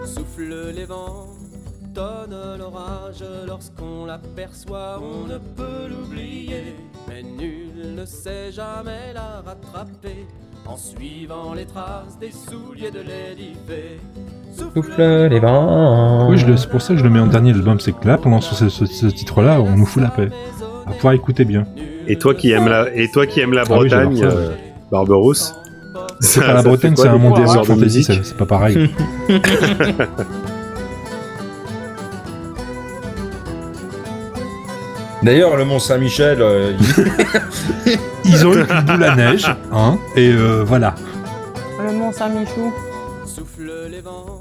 Speaker 9: Souffle les vents, tonne l'orage, lorsqu'on l'aperçoit, on ne peut l'oublier. Mais nul ne sait jamais la rattraper, en suivant les traces des souliers de Lady Fay.
Speaker 2: Souffle les vents.
Speaker 1: Oui, je le- c'est pour ça que je le mets en dernier l'album, c'est que là, pendant ce, ce- ce titre-là, on nous fout la paix. À pouvoir écouter bien.
Speaker 4: Et toi qui aimes la, et toi qui aimes la
Speaker 1: Ah oui, j'adore
Speaker 4: Bretagne,
Speaker 1: ça.
Speaker 4: euh, Barberousse.
Speaker 1: *laughs* C'est pas la Bretagne, c'est un monde des fantasy, c'est c'est pas pareil.
Speaker 2: D'ailleurs, le Mont Saint-Michel, euh, il-
Speaker 1: Ils ont eu une boule à neige, hein, et euh, voilà.
Speaker 5: Le Mont Saint-Michou.
Speaker 9: Souffle les vents,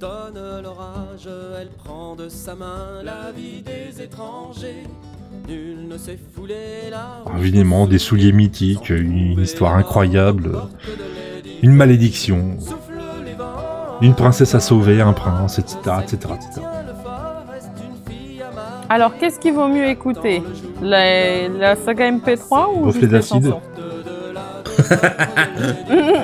Speaker 9: donne l'orage, elle prend de sa main la vie des étrangers. Nul ne s'est foulé là.
Speaker 1: Alors, Évidemment, des souliers mythiques, une histoire incroyable, une malédiction, une princesse à sauver, un prince, etc. etc., etc.
Speaker 5: Alors, qu'est-ce qu'il vaut mieux écouter la, la saga MP3 ou
Speaker 1: Reflet
Speaker 5: juste les
Speaker 1: d'acide.
Speaker 5: chansons
Speaker 2: *laughs*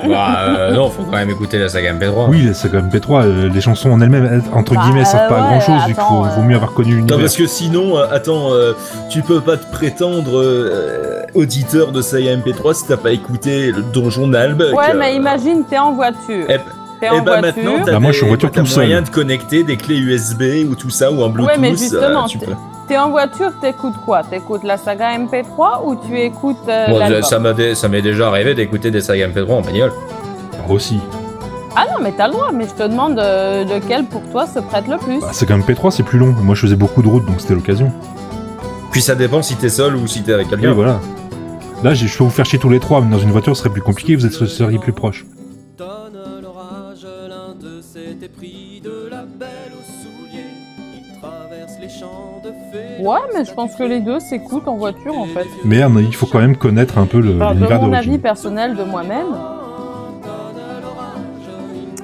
Speaker 2: bah, euh, non, faut quand même écouter la saga MP3.
Speaker 1: Oui, c'est quand même P3, euh, les chansons en elles-mêmes, elles, entre
Speaker 5: Bah,
Speaker 1: guillemets,
Speaker 5: euh,
Speaker 1: servent pas à
Speaker 5: ouais,
Speaker 1: grand chose, vu qu'il faut-
Speaker 5: attends,
Speaker 1: vaut mieux avoir connu une.
Speaker 2: Attends, parce que sinon, euh, attends, euh, tu peux pas te prétendre euh, auditeur de Saga MP3 si t'as pas écouté le donjon d'Albec.
Speaker 5: Ouais,
Speaker 2: euh.
Speaker 5: mais imagine, t'es en voiture.
Speaker 4: ben,
Speaker 2: Eh, b-
Speaker 5: T'es
Speaker 2: eh
Speaker 5: en
Speaker 2: bah
Speaker 5: voiture.
Speaker 2: maintenant, t'as
Speaker 1: Bah, moi, je suis en
Speaker 2: des-
Speaker 1: voiture
Speaker 2: t'as
Speaker 1: tout seul.
Speaker 2: moyen de connecter des clés USB ou tout ça ou un Bluetooth.
Speaker 5: Ouais, mais
Speaker 2: euh,
Speaker 5: justement,
Speaker 2: tu
Speaker 5: t'es-
Speaker 2: peux.
Speaker 5: t'es en voiture, t'écoutes quoi T'écoutes la saga MP3 ou tu écoutes euh,
Speaker 2: Moi,
Speaker 5: l'album
Speaker 2: ça m'a dé- ça m'est déjà arrivé d'écouter des Saga MP3 en bagnole.
Speaker 1: Bah, aussi.
Speaker 5: Ah non, mais t'as le droit, mais je te demande euh, lequel pour toi se prête le plus.
Speaker 1: Bah, c'est quand même P3, c'est plus long. Moi, je faisais beaucoup de route, donc c'était l'occasion.
Speaker 2: Puis ça dépend si t'es seul ou si t'es avec
Speaker 1: Oui,
Speaker 2: quelqu'un.
Speaker 1: voilà. Là, j'ai- je peux vous faire chier tous les trois, mais dans une voiture, ce serait plus compliqué, vous êtes seriez plus proche.
Speaker 9: Donne l'orage, l'un d'eux s'était pris de la belle aux souliers. Il traverse les champs de fées.
Speaker 5: Ouais, mais je pense que les deux s'écoutent en voiture en fait.
Speaker 1: Mais à mon avis, il faut quand même connaître un peu le-
Speaker 5: Enfin, de
Speaker 1: l'univers
Speaker 5: mon avis
Speaker 1: d'origine.
Speaker 5: personnel de moi-même.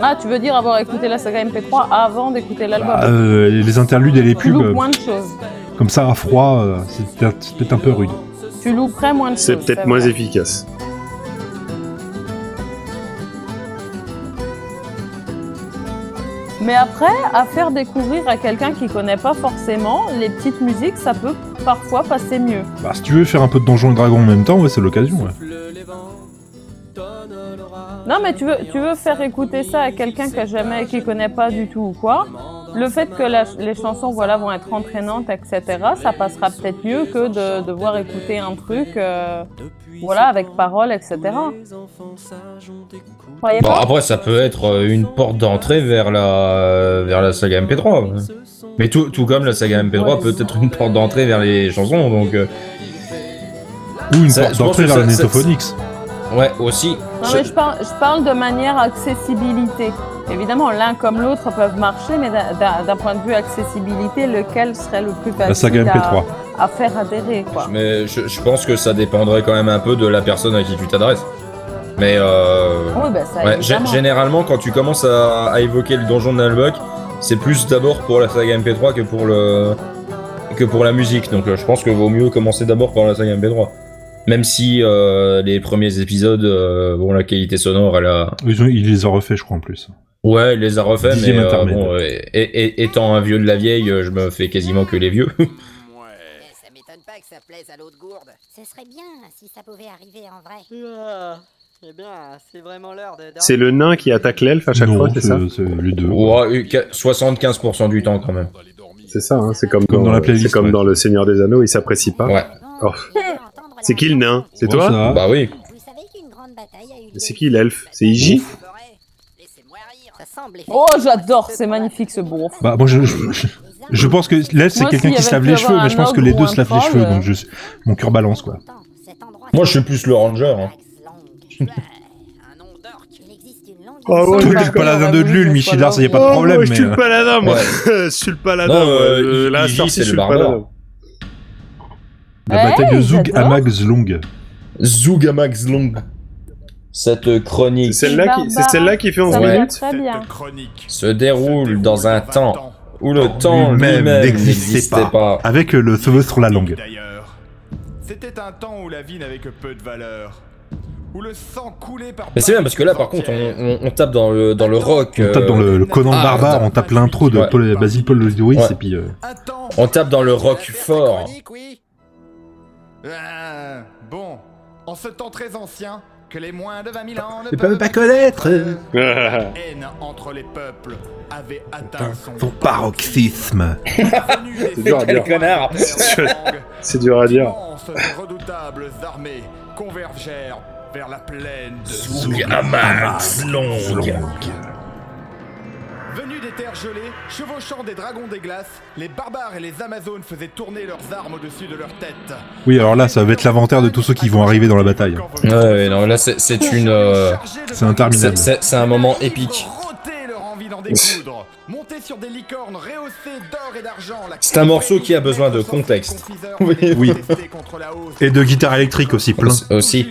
Speaker 5: Ah, tu veux dire avoir écouté la saga MP3 avant d'écouter l'album
Speaker 1: Bah, euh, les interludes et les
Speaker 5: Tu
Speaker 1: pubs,
Speaker 5: loupes
Speaker 1: euh,
Speaker 5: moins de choses.
Speaker 1: comme ça, à froid, euh, c'est peut-être c'est peut-être un peu rude.
Speaker 5: Tu louperais moins de choses.
Speaker 4: C'est peut-être moins
Speaker 5: vrai.
Speaker 4: efficace.
Speaker 5: Mais après, à faire découvrir à quelqu'un qui connaît pas forcément les petites musiques, ça peut parfois passer mieux.
Speaker 1: Bah, si tu veux faire un peu de donjon et dragon en même temps, ouais, c'est l'occasion. ouais.
Speaker 5: Non, mais tu veux, tu veux faire écouter ça à quelqu'un qui a jamais, qui connaît pas du tout ou quoi. Le fait que la- les chansons, voilà, vont être entraînantes, etc. Ça passera peut-être mieux que de devoir écouter un truc, euh, voilà, avec paroles, etc. Croyez
Speaker 2: Bon,
Speaker 5: pas
Speaker 2: après, ça peut être euh, une porte d'entrée vers la, euh, vers la saga MP3. Mais tout, tout comme la saga MP3 peut être une porte d'entrée vers les chansons, donc. euh,
Speaker 1: Ou une
Speaker 2: ça-
Speaker 1: porte
Speaker 2: je pense
Speaker 1: d'entrée
Speaker 2: que
Speaker 1: vers
Speaker 2: ça-
Speaker 1: le
Speaker 2: ça-
Speaker 1: Netophonix.
Speaker 2: Ouais, aussi.
Speaker 5: Non,
Speaker 2: Je-
Speaker 5: mais je parle, je parle de manière accessibilité. Évidemment, l'un comme l'autre peuvent marcher, mais d'un- d'un d'un point de vue accessibilité, lequel serait le plus facile
Speaker 1: Bah,
Speaker 2: saga
Speaker 5: à-
Speaker 2: MP3.
Speaker 5: À, faire adhérer, quoi.
Speaker 2: Mais je, je pense que ça dépendrait quand même un peu de la personne à qui tu t'adresses. Mais euh...
Speaker 5: Oui, bah, ça,
Speaker 2: ouais,
Speaker 5: évidemment.
Speaker 2: gé- généralement quand tu commences à, à évoquer le donjon de Nalbuck, c'est plus d'abord pour la saga MP3 que pour le que pour la musique. Donc euh, je pense que vaut mieux commencer d'abord par la saga MP3. Même si euh, les premiers épisodes, euh, bon la qualité sonore elle a,
Speaker 1: Ils, ont- ils les ont refait, je crois, en plus.
Speaker 2: Ouais, il les a refaits, mais
Speaker 1: Dixième
Speaker 2: euh,
Speaker 1: intermède.
Speaker 2: bon, euh, et- et- étant un vieux de la vieille, euh, je me fais quasiment que les *laughs* vieux.
Speaker 7: Ce serait bien si ça pouvait arriver en vrai.
Speaker 18: Eh bien, c'est vraiment l'heure de...
Speaker 4: C'est le nain qui attaque l'elfe à chaque fois, c'est ça
Speaker 1: les deux.
Speaker 2: Ouais, euh, qu- 75% du temps quand même.
Speaker 4: C'est ça, hein, c'est comme,
Speaker 1: Comme
Speaker 4: dans,
Speaker 1: dans la
Speaker 4: euh,
Speaker 1: playlist,
Speaker 4: C'est comme
Speaker 1: ouais.
Speaker 4: dans Le Seigneur des Anneaux, il s'apprécie pas.
Speaker 2: Ouais.
Speaker 4: Oh. C'est qui le nain C'est
Speaker 1: Ouais,
Speaker 4: toi
Speaker 1: ça va.
Speaker 2: Bah oui.
Speaker 4: C'est qui l'elfe C'est Iji
Speaker 5: Oh, j'adore, c'est magnifique ce bourreau.
Speaker 1: Bah, moi, je, je, je- je pense que l'elfe, c'est
Speaker 5: Moi,
Speaker 1: quelqu'un
Speaker 5: s'il
Speaker 1: qui
Speaker 5: y
Speaker 1: se lave
Speaker 5: avait
Speaker 1: les
Speaker 5: pu
Speaker 1: cheveux,
Speaker 5: avoir
Speaker 1: mais je
Speaker 5: un
Speaker 1: pense que
Speaker 5: ogre
Speaker 1: les
Speaker 5: ou
Speaker 1: deux
Speaker 5: un
Speaker 1: se lavent les
Speaker 5: troll,
Speaker 1: cheveux,
Speaker 5: euh.
Speaker 1: donc je, mon cœur balance, quoi.
Speaker 2: Moi, je suis hein. plus le ranger. hein.
Speaker 4: Ah
Speaker 1: Toi, t'es le paladin de Lul, Michidar, ça y a pas de problème.
Speaker 4: Oh, moi, je suis
Speaker 1: mais,
Speaker 4: le
Speaker 1: euh,
Speaker 4: paladin, moi.
Speaker 1: Ouais.
Speaker 4: *laughs* je suis le paladin.
Speaker 1: Non,
Speaker 4: moi.
Speaker 1: euh,
Speaker 4: Le-
Speaker 1: Iji,
Speaker 4: la
Speaker 1: c'est
Speaker 4: sortie,
Speaker 1: le
Speaker 4: je suis le
Speaker 1: barbare.
Speaker 4: paladin.
Speaker 1: La bataille de
Speaker 2: Ouais,
Speaker 1: Zug
Speaker 2: j'adore.
Speaker 1: Amag Zlong.
Speaker 2: Zugamax Long. Cette chronique.
Speaker 4: C'est celle-là qui- c'est celle-là qui fait 11
Speaker 2: Ouais.
Speaker 4: minutes.
Speaker 5: Très bien.
Speaker 2: Se déroule dans un temps où le temps
Speaker 1: Lui-même
Speaker 2: lui-même
Speaker 1: n'existait pas. Avec euh, le cheveu sur la langue.
Speaker 12: D'ailleurs, c'était un temps où la vie n'avait que peu de valeur. Où le sang coulait par
Speaker 2: Mais c'est bien parce que là, par contre, on, on- on tape dans le, dans le rock.
Speaker 1: On tape dans le, le Conan
Speaker 2: ah,
Speaker 1: le barbare,
Speaker 2: attends.
Speaker 1: on tape l'intro de
Speaker 2: Ouais.
Speaker 1: Paul, Basile Paul Lewis,
Speaker 2: Ouais.
Speaker 1: et puis. euh,
Speaker 2: On tape dans le rock fort.
Speaker 12: Ah, bon, en ce temps très ancien, que les moins de 20 000 ans ne
Speaker 2: Ils peuvent pas
Speaker 12: connaître.
Speaker 4: La
Speaker 12: haine entre les peuples avait atteint son
Speaker 1: Son paroxysme.
Speaker 2: *laughs*
Speaker 4: C'est dur à dire. *laughs* C'est dur à dire.
Speaker 12: Immense de redoutables armées convergèrent vers la plaine de
Speaker 2: Zugamax Long.
Speaker 12: Venus des terres gelées, chevauchant des dragons des glaces, les barbares et les amazones faisaient tourner leurs armes au-dessus de leurs têtes.
Speaker 1: Oui, alors là, ça va être l'inventaire de tous ceux qui vont arriver dans la bataille.
Speaker 2: Ouais, ouais, non, là c'est- c'est une. euh,
Speaker 1: C'est interminable.
Speaker 2: c'est- C'est c'est un moment épique. C'est un morceau qui a besoin de contexte.
Speaker 1: Oui. Oui. Et de guitare électrique aussi, plein.
Speaker 2: Aussi.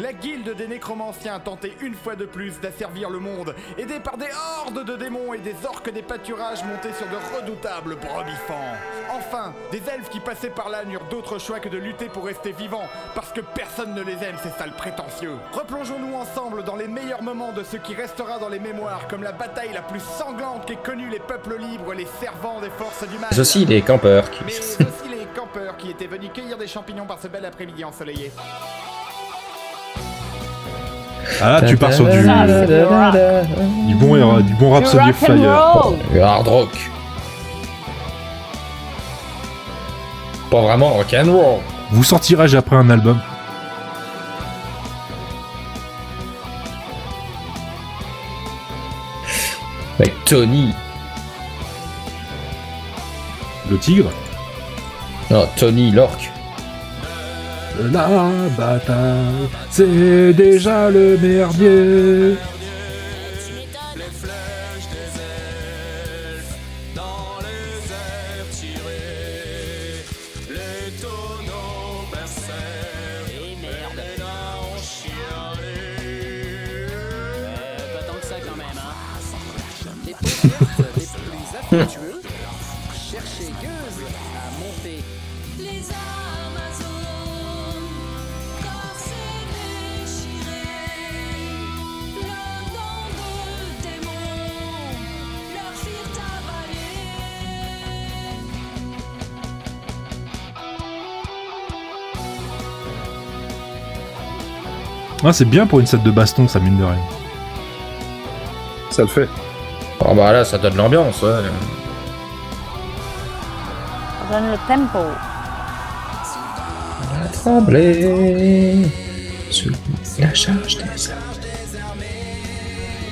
Speaker 12: La guilde des nécromanciens a tenté une fois de plus d'asservir le monde, aidée par des hordes de démons et des orques des pâturages montés sur de redoutables brebis fans. Enfin, des elfes qui passaient par là n'eurent d'autre choix que de lutter pour rester vivants, parce que personne ne les aime, ces sales prétentieux. Replongeons-nous ensemble dans les meilleurs moments de ce qui restera dans les mémoires, comme la bataille la plus sanglante qu'aient connue les peuples libres et les servants des forces du mal.
Speaker 2: Mais aussi les campeurs qui-
Speaker 12: Mais
Speaker 2: *laughs*
Speaker 12: aussi les campeurs qui étaient venus cueillir des champignons par ce bel après-midi ensoleillé.
Speaker 1: Ah, tu pars sur du. Du bon, et- du bon rap Sony Flyer.
Speaker 2: Le hard rock. Pas vraiment rock'n'roll.
Speaker 1: Vous sortirez après un album.
Speaker 2: Avec Tony.
Speaker 1: Le tigre
Speaker 2: Non, Tony l'orque.
Speaker 1: La bataille, c'est déjà le merdier.
Speaker 3: Les Amazones, corsées déchirées, leurs nombreux démons leur firent
Speaker 1: Ah, c'est bien pour une scène de baston, ça mine de rien.
Speaker 4: Ça le fait.
Speaker 2: Ah bah là, ça donne l'ambiance. ouais.
Speaker 5: Ça Donne le tempo.
Speaker 2: Trembler sous la charge des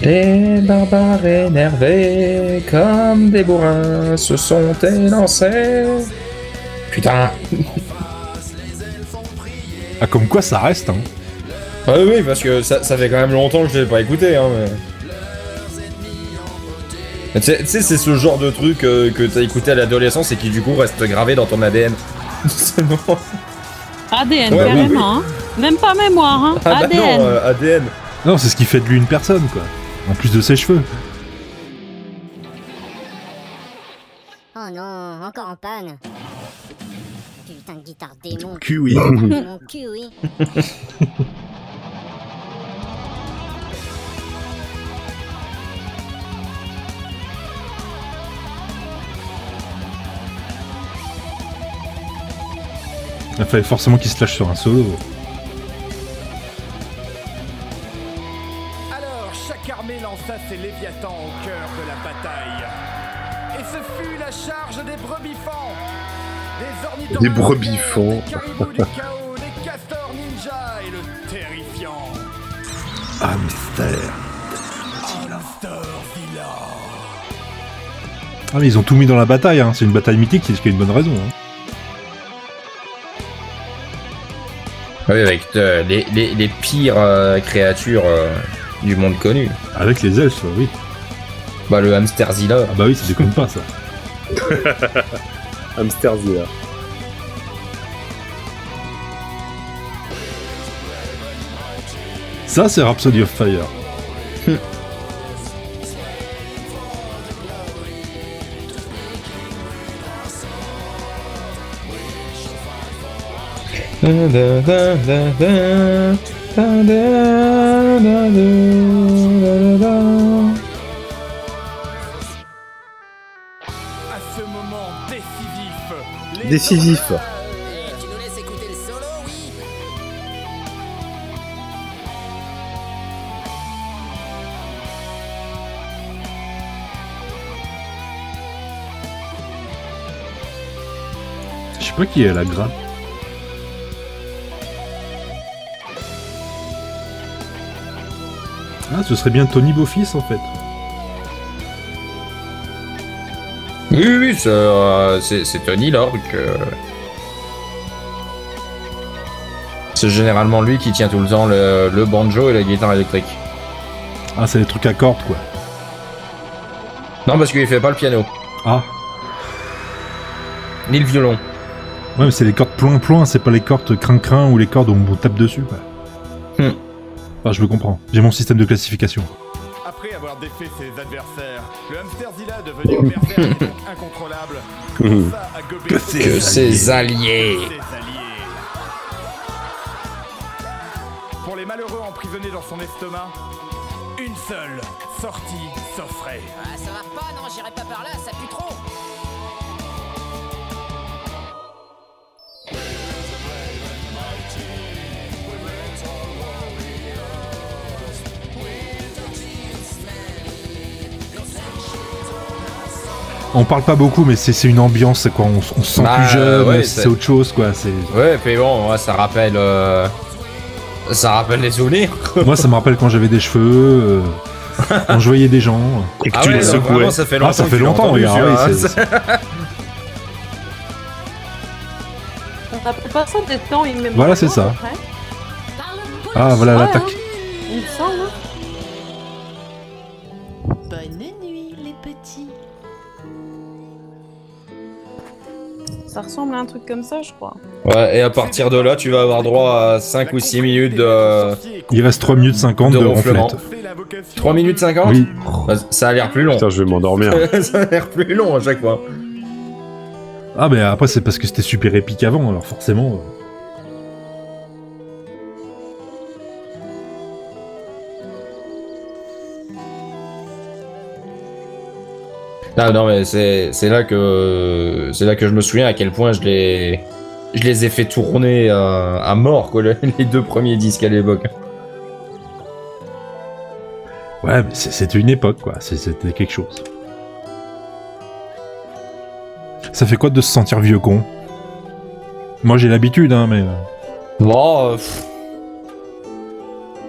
Speaker 2: Les barbares énervés comme des bourrins se sont élancés. Putain.
Speaker 1: Ah, comme quoi ça reste, hein.
Speaker 2: Ah oui, parce que ça, ça fait quand même longtemps que je l'ai pas écouté. Hein, mais... Mais Tu sais, tu sais, c'est ce genre de truc euh, que t'as écouté à l'adolescence et qui du coup reste gravé dans ton ADN. *laughs* C'est non.
Speaker 5: ADN,
Speaker 2: Ouais, oui,
Speaker 5: carrément. hein. Même pas mémoire, hein.
Speaker 2: Ah bah non,
Speaker 5: ADN.
Speaker 2: euh, ADN.
Speaker 1: Non, c'est ce qui fait de lui une personne, quoi. En plus de ses cheveux.
Speaker 7: Oh non, encore en panne. Putain de guitare démon.
Speaker 1: cul, oui.
Speaker 7: Mon cul, oui.
Speaker 1: *laughs* Il fallait forcément qu'il se lâche sur un solo.
Speaker 12: Alors, chaque armée lança ses léviathans au cœur de la bataille. Et ce fut la charge des brebis fans, des ornithorynques,
Speaker 4: Des brebis font.
Speaker 12: des castors ninja et le terrifiant
Speaker 4: ah, mystère.
Speaker 1: Ah, mais ils ont tout mis dans la bataille, hein. C'est une bataille mythique, c'est ce qui a une bonne raison. hein.
Speaker 2: Oui, avec euh, les, les- les pires euh, créatures euh, du monde connu.
Speaker 1: Avec les elfes, oui.
Speaker 2: Bah le hamsterzilla.
Speaker 1: Ah bah oui, ça déconne pas ça.
Speaker 4: Hamsterzilla.
Speaker 1: Ça, c'est Rhapsody of Fire.
Speaker 12: à ce moment décisif. les
Speaker 4: Décisif.
Speaker 1: Je sais pas qui est la grappe. Ah, ce serait bien Tony Beaufils en fait.
Speaker 2: Oui, oui, oui, c'est, euh, c'est c'est Tony Lorg. euh. C'est généralement lui qui tient tout le temps le, le banjo et la guitare électrique.
Speaker 1: Ah, c'est les trucs à cordes, quoi.
Speaker 2: Non, parce qu'il fait pas le piano.
Speaker 1: Ah.
Speaker 2: Ni le violon.
Speaker 1: Ouais, mais c'est les cordes ploin-ploin, c'est pas les cordes crin-crin ou les cordes où on tape dessus, quoi.
Speaker 2: Hmm.
Speaker 1: Enfin, je me comprends. J'ai mon système de classification.
Speaker 12: Après avoir défait ses adversaires, le hamster Zilla devenu pervers et donc incontrôlable. commença à gober
Speaker 2: Que
Speaker 12: ses
Speaker 2: ses ses alliés.
Speaker 12: Ses alliés. Pour les malheureux emprisonnés dans son estomac, une seule sortie s'offrait.
Speaker 6: Ah, ça va pas, non, j'irai pas par là, ça pue trop.
Speaker 1: On parle pas beaucoup, mais c'est c'est une ambiance, quoi. On, s- on se sent
Speaker 2: Bah,
Speaker 1: plus jeune,
Speaker 2: ouais,
Speaker 1: c'est
Speaker 2: c'est-
Speaker 1: autre chose, quoi.
Speaker 2: *laughs*
Speaker 1: C'est...
Speaker 2: Ouais, puis bon, ouais, ça rappelle. euh, Ça rappelle les souvenirs.
Speaker 1: Moi, ça me rappelle quand j'avais des cheveux, euh, quand je voyais des gens.
Speaker 2: Et que Ah tu *laughs* ouais, les donc secouais. vraiment, ça fait
Speaker 1: Ah, ça
Speaker 2: longtemps
Speaker 1: fait
Speaker 2: que tu l'as
Speaker 1: longtemps,
Speaker 2: entendu,
Speaker 1: regarde,
Speaker 2: celui-là,
Speaker 1: oui,
Speaker 2: *laughs*
Speaker 1: c'est-
Speaker 5: On appelle pas ça des temps immémoriaux.
Speaker 1: Voilà, c'est ça.
Speaker 5: après
Speaker 1: Ah, voilà l'attaque.
Speaker 5: Il me semble. hein.
Speaker 3: Bonne nuit, les petits.
Speaker 5: Ça ressemble à un truc comme ça, je crois.
Speaker 2: Ouais, et à partir de là, tu vas avoir droit à 5 ou 6 minutes de. euh,
Speaker 1: Il reste 3 minutes 50 de,
Speaker 2: de
Speaker 1: ronflement.
Speaker 2: ronflement. 3 minutes 50
Speaker 1: Oui.
Speaker 2: Bah, Ça a l'air plus long.
Speaker 4: Putain, je vais m'endormir.
Speaker 2: *laughs* ça a l'air plus long à chaque fois.
Speaker 1: Ah, mais après, c'est parce que c'était super épique avant, alors forcément. euh,
Speaker 2: Non, non, mais c'est c'est là que c'est là que je me souviens à quel point je les je les ai fait tourner à, à mort quoi *laughs* le- les deux premiers disques à l'époque.
Speaker 1: Ouais, mais c'est- c'était une époque, quoi. C'est- C'était quelque chose. Ça fait quoi de se sentir vieux con Moi, j'ai l'habitude, hein, mais. euh,
Speaker 2: Bon, euh, pff.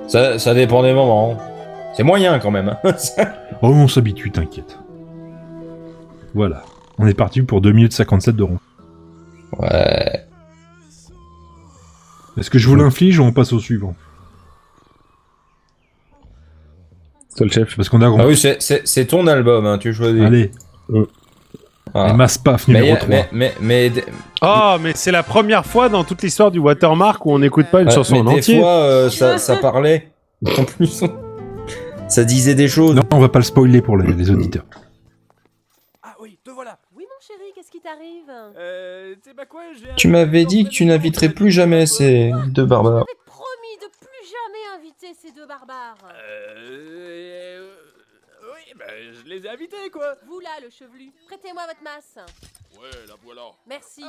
Speaker 2: ça, ça dépend des moments. hein. C'est moyen quand même. hein. *laughs*
Speaker 1: Oh, on s'habitue, t'inquiète. Voilà. On est parti pour 2 minutes 57 de rond.
Speaker 2: ouais.
Speaker 1: Est-ce que je vous l'inflige ou on passe au suivant
Speaker 4: Seul chef.
Speaker 1: Parce qu'on a
Speaker 2: Ah oui, c'est- c'est c'est ton album, hein, tu choisis.
Speaker 1: Allez.
Speaker 2: Ah.
Speaker 1: Les Mass Paf
Speaker 2: Mais
Speaker 1: numéro
Speaker 2: y a-
Speaker 1: 3.
Speaker 2: mais- mais- mais-
Speaker 4: Oh, mais c'est la première fois dans toute l'histoire du Watermark où on n'écoute pas une
Speaker 2: Ouais,
Speaker 4: chanson
Speaker 2: mais
Speaker 4: en
Speaker 2: des
Speaker 4: entier.
Speaker 2: fois, euh, ça, ça parlait. En plus, ça disait des choses.
Speaker 1: Non, on va pas le spoiler pour les, les auditeurs.
Speaker 19: Oui, mon chéri, qu'est-ce qui t'arrive
Speaker 9: Euh, tu sais pas quoi, je vais
Speaker 2: Tu m'avais dit que tu n'inviterais plus jamais ces deux barbares.
Speaker 19: Promis de plus jamais inviter ces deux barbares.
Speaker 9: Euh, euh, oui, bah, je les ai invités, quoi.
Speaker 19: Vous là, le chevelu, prêtez-moi votre masse.
Speaker 9: Ouais, la voilà.
Speaker 19: Merci.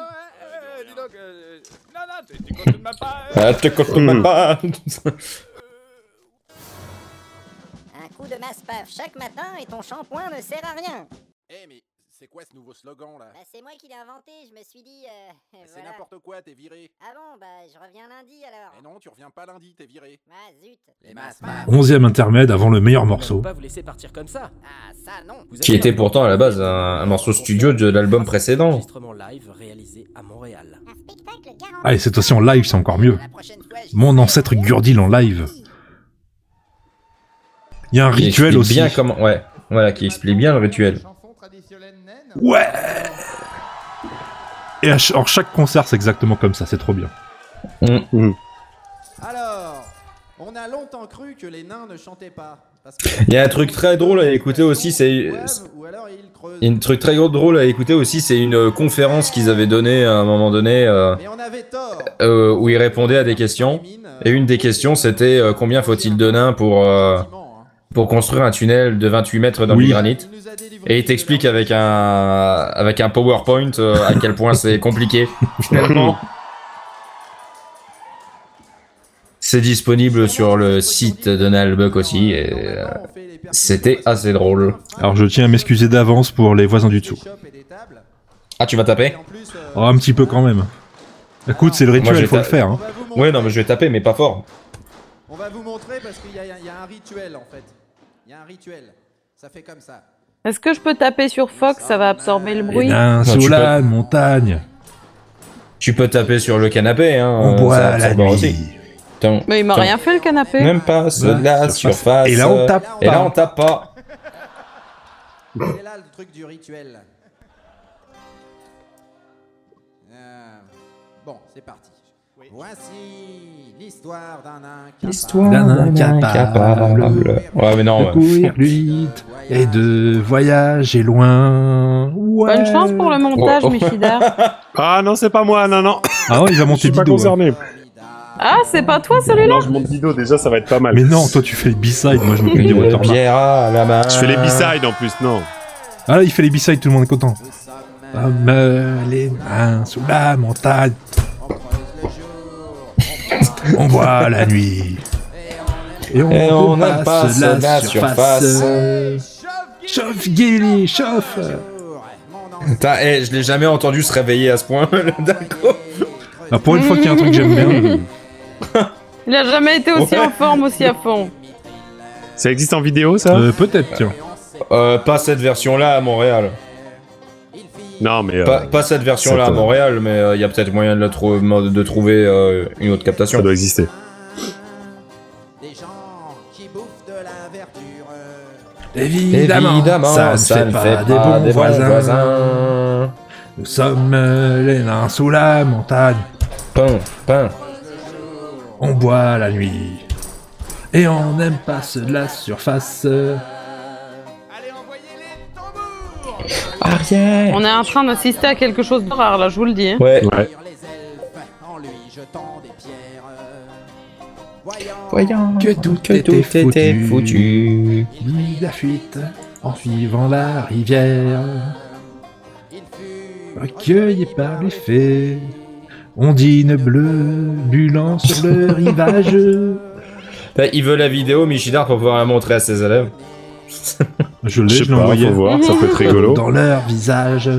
Speaker 9: dis donc, euh, non, non, t'es t'es content de ma
Speaker 20: *laughs*
Speaker 9: part. euh.
Speaker 2: Ah, te compte même pas. *laughs*
Speaker 7: Un coup de masse paf chaque matin et ton shampoing ne sert à rien.
Speaker 20: Eh, mais c'est quoi ce nouveau slogan là
Speaker 7: Bah, c'est moi qui l'ai inventé, je me suis dit. euh,
Speaker 20: C'est
Speaker 7: voilà.
Speaker 20: n'importe quoi, t'es viré.
Speaker 7: Ah bon, bah, je reviens lundi alors.
Speaker 20: Mais non, tu reviens pas lundi, t'es viré.
Speaker 7: Ah, zut.
Speaker 20: Les masses, masses.
Speaker 1: Onzième intermède avant le meilleur
Speaker 10: On peut
Speaker 1: morceau.
Speaker 10: pas vous laisser partir comme ça.
Speaker 6: Ah, ça non.
Speaker 10: Vous
Speaker 2: Qui
Speaker 10: avez
Speaker 2: était
Speaker 10: un-
Speaker 2: pourtant à la base un, un morceau studio de l'album précédent.
Speaker 10: Enregistrement live réalisé à Montréal.
Speaker 1: Ah, et cette fois-ci en live, c'est encore mieux. Mon ancêtre Gurdil en live. Il y a un
Speaker 2: Qui
Speaker 1: rituel
Speaker 2: explique
Speaker 1: aussi.
Speaker 2: Bien comment... Ouais, voilà, qui explique bien le rituel.
Speaker 1: Ouais Et à ch- en chaque concert, c'est exactement comme ça, c'est trop bien.
Speaker 20: Alors, on a longtemps cru que les nains ne chantaient pas. Parce
Speaker 2: Il y a un truc très drôle à écouter aussi, c'est. Il y a un truc très drôle à écouter aussi, c'est une euh, conférence qu'ils avaient donnée à un moment donné euh, euh, où ils répondaient à des questions.
Speaker 20: euh,
Speaker 2: Et une des questions, c'était euh, combien faut-il de nains pour, euh,
Speaker 20: hein.
Speaker 2: pour construire un tunnel de 28 mètres dans
Speaker 1: Oui.
Speaker 2: le granit Et il t'explique avec un, avec un PowerPoint euh, à quel point c'est
Speaker 4: *laughs*
Speaker 2: compliqué, finalement. C'est disponible sur le site de Nalbuck aussi, et euh, c'était assez drôle.
Speaker 1: Alors je tiens à m'excuser d'avance pour les voisins du dessous.
Speaker 2: Ah, tu vas taper
Speaker 1: Oh, un petit peu quand même. Écoute, c'est le
Speaker 2: Moi, je
Speaker 1: rituel,
Speaker 2: vais
Speaker 1: faut le
Speaker 2: ta-
Speaker 1: faire. hein.
Speaker 2: Ouais, non, mais je vais taper, mais pas fort.
Speaker 20: On va vous montrer parce qu'il y, a- il y a un rituel en fait. Il y a un rituel. Ça fait comme ça.
Speaker 5: Est-ce que je peux taper sur Fox Ça va absorber le
Speaker 2: Eh
Speaker 5: bruit.
Speaker 1: Un
Speaker 2: Non, tu
Speaker 1: Solane, montagne.
Speaker 2: Tu peux taper sur le canapé, hein.
Speaker 1: On
Speaker 2: euh,
Speaker 1: boit
Speaker 2: ça absorbe
Speaker 1: la nuit.
Speaker 2: aussi. Tant-
Speaker 5: Mais il m'a
Speaker 2: tant-
Speaker 5: rien fait le canapé.
Speaker 2: Même pas ce-
Speaker 1: Ouais,
Speaker 2: la
Speaker 1: surface.
Speaker 2: surface.
Speaker 1: Et là, on
Speaker 2: euh,
Speaker 1: tape
Speaker 2: Et
Speaker 1: pas.
Speaker 2: là, on tape pas.
Speaker 20: C'est là le truc du rituel. Euh, bon, c'est parti. Voici l'histoire d'un incapable.
Speaker 2: Oh, Ouais, mais non,
Speaker 1: De
Speaker 2: ouais.
Speaker 1: courir vite et de voyager loin. Ouais.
Speaker 5: Bonne chance pour le montage,
Speaker 1: Oh, oh.
Speaker 5: Michida.
Speaker 4: Ah non, c'est pas moi, non, non.
Speaker 1: Ah ouais, il va
Speaker 4: Je suis
Speaker 1: monter
Speaker 4: pas
Speaker 1: Dido. hein.
Speaker 4: concerné.
Speaker 5: Ah, c'est pas toi
Speaker 4: Non,
Speaker 5: celui-là
Speaker 4: je monte Dido, déjà, ça va être pas mal.
Speaker 1: Mais non, toi tu fais les b-sides, moi je m'occupe des
Speaker 2: Le
Speaker 1: watermarks.
Speaker 2: Euh, Pierre à la main.
Speaker 4: Je fais les b-sides en plus, non.
Speaker 1: Ah là, il fait les b-sides, tout le monde est content. Comme euh, les mains sous la montagne. *laughs* on voit la nuit. Et on,
Speaker 2: Et on
Speaker 1: repasse
Speaker 2: repasse
Speaker 1: la,
Speaker 2: la
Speaker 1: surface. Chauffe, Guilly, chauffe.
Speaker 2: Putain, eh, je l'ai jamais entendu se réveiller à ce point, *laughs* d'accord.
Speaker 1: Ah, pour une fois qu'il y a un truc que j'aime bien.
Speaker 5: Il a jamais été aussi
Speaker 2: Ouais.
Speaker 5: en forme, aussi à fond.
Speaker 4: Ça existe en vidéo, ça
Speaker 1: *laughs* Euh, Peut-être, tiens.
Speaker 2: Euh, pas cette version-là à Montréal.
Speaker 4: Non, mais. euh,
Speaker 2: Pas, pas cette version-là à
Speaker 4: cette, euh,
Speaker 2: Montréal, mais il y a peut-être moyen de, la trou- de trouver euh, une autre captation.
Speaker 4: Ça doit exister.
Speaker 20: Des gens qui bouffent de la verdure.
Speaker 1: Évidemment, ça ne fait, pas, des bons voisins. Nous sommes euh, les nains sous la montagne.
Speaker 2: Pain, pain.
Speaker 1: On boit la nuit. Et on n'aime pas ce de la surface.
Speaker 2: Arrière.
Speaker 5: On est en train d'assister à quelque chose de rare là, je vous le dis. hein.
Speaker 2: Ouais.
Speaker 4: Ouais.
Speaker 20: En lui jetant des pierres.
Speaker 2: Voyons
Speaker 1: Que tout était foutu. Ni la fuite en suivant la rivière. Recueilli par les fées. On dîne bleu, bulant sur *laughs* le rivage.
Speaker 2: Bah, il veut la vidéo, Michidar, pour pouvoir la montrer à ses élèves.
Speaker 1: Je
Speaker 4: Je sais pas, faut voir, ça peut être rigolo.
Speaker 1: Dans leur visage.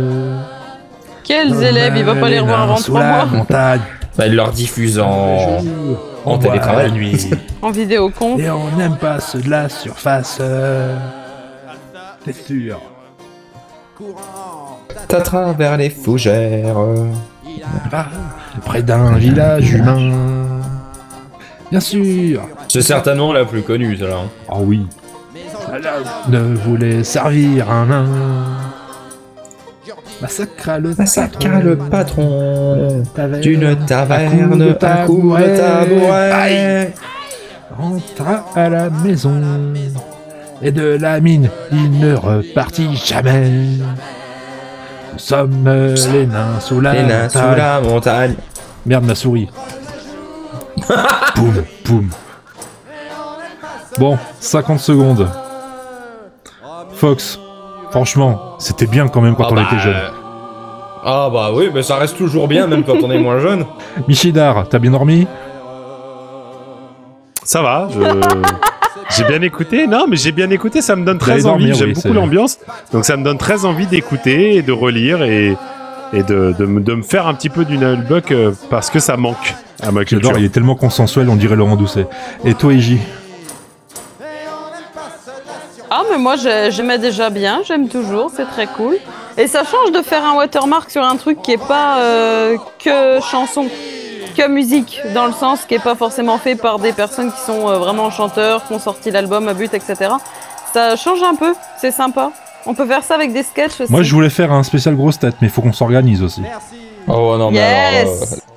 Speaker 5: Quels élèves, il va pas les revoir avant
Speaker 1: sous
Speaker 5: trois
Speaker 1: la
Speaker 5: mois
Speaker 1: montagne.
Speaker 2: Bah, il leur diffuse en, en
Speaker 1: Oh. On voit
Speaker 2: télétravail.
Speaker 1: la
Speaker 2: *laughs*
Speaker 1: nuit.
Speaker 5: en vidéo con.
Speaker 1: Et on n'aime pas ceux de la surface. euh. C'est sûr.
Speaker 2: À travers les fougères.
Speaker 1: Ah, Près d'un village humain. Bien sûr.
Speaker 2: C'est certainement la plus connue, celle-là. hein.
Speaker 1: Ah oui. Ne voulait servir un nain. Massacre le
Speaker 2: Massacre le patron d'une
Speaker 1: coup
Speaker 2: taverne
Speaker 1: de
Speaker 2: à coups Mmh. de
Speaker 1: tabouret.
Speaker 2: tabouret.
Speaker 1: Aïe. rentra à la maison. Et de la mine, il ne repartit jamais. Nous sommes euh, les nains sous la
Speaker 2: Les nains sous
Speaker 1: montagne.
Speaker 2: la montagne.
Speaker 1: Merde, ma souris. poum, poum. Bon, 50 secondes. Fox, franchement, c'était bien quand même quand
Speaker 2: Ah
Speaker 1: on
Speaker 2: bah,
Speaker 1: était jeune.
Speaker 2: euh, Ah bah oui, mais ça reste toujours bien, même quand on est moins jeune.
Speaker 1: Michidar, t'as bien dormi
Speaker 4: Ça va, je- j'ai bien écouté. Non, mais j'ai bien écouté, ça me donne
Speaker 1: allez
Speaker 4: très envie.
Speaker 1: dormir,
Speaker 4: J'aime
Speaker 1: oui,
Speaker 4: beaucoup
Speaker 1: c'est-
Speaker 4: l'ambiance. Donc ça me donne très envie d'écouter et de relire et, et de, de, me- de me faire un petit peu du Nullbuck euh, parce que ça manque
Speaker 1: Ah,
Speaker 4: à ma culture.
Speaker 1: J'adore, il est tellement consensuel, on dirait Laurent Doucet. Et toi, Iji
Speaker 5: Ah, mais moi j'ai- j'aimais déjà bien, j'aime toujours, c'est très cool. Et ça change de faire un watermark sur un truc qui est pas euh, que chanson, que musique, dans le sens qui est pas forcément fait par des personnes qui sont euh, vraiment chanteurs, qui ont sorti l'album à but, etc. Ça change un peu, c'est sympa. On peut faire ça avec des sketchs aussi.
Speaker 1: Moi, je voulais faire un spécial grosse tête, mais faut qu'on s'organise aussi.
Speaker 2: Oh non, mais
Speaker 5: Yes.
Speaker 2: alors, euh,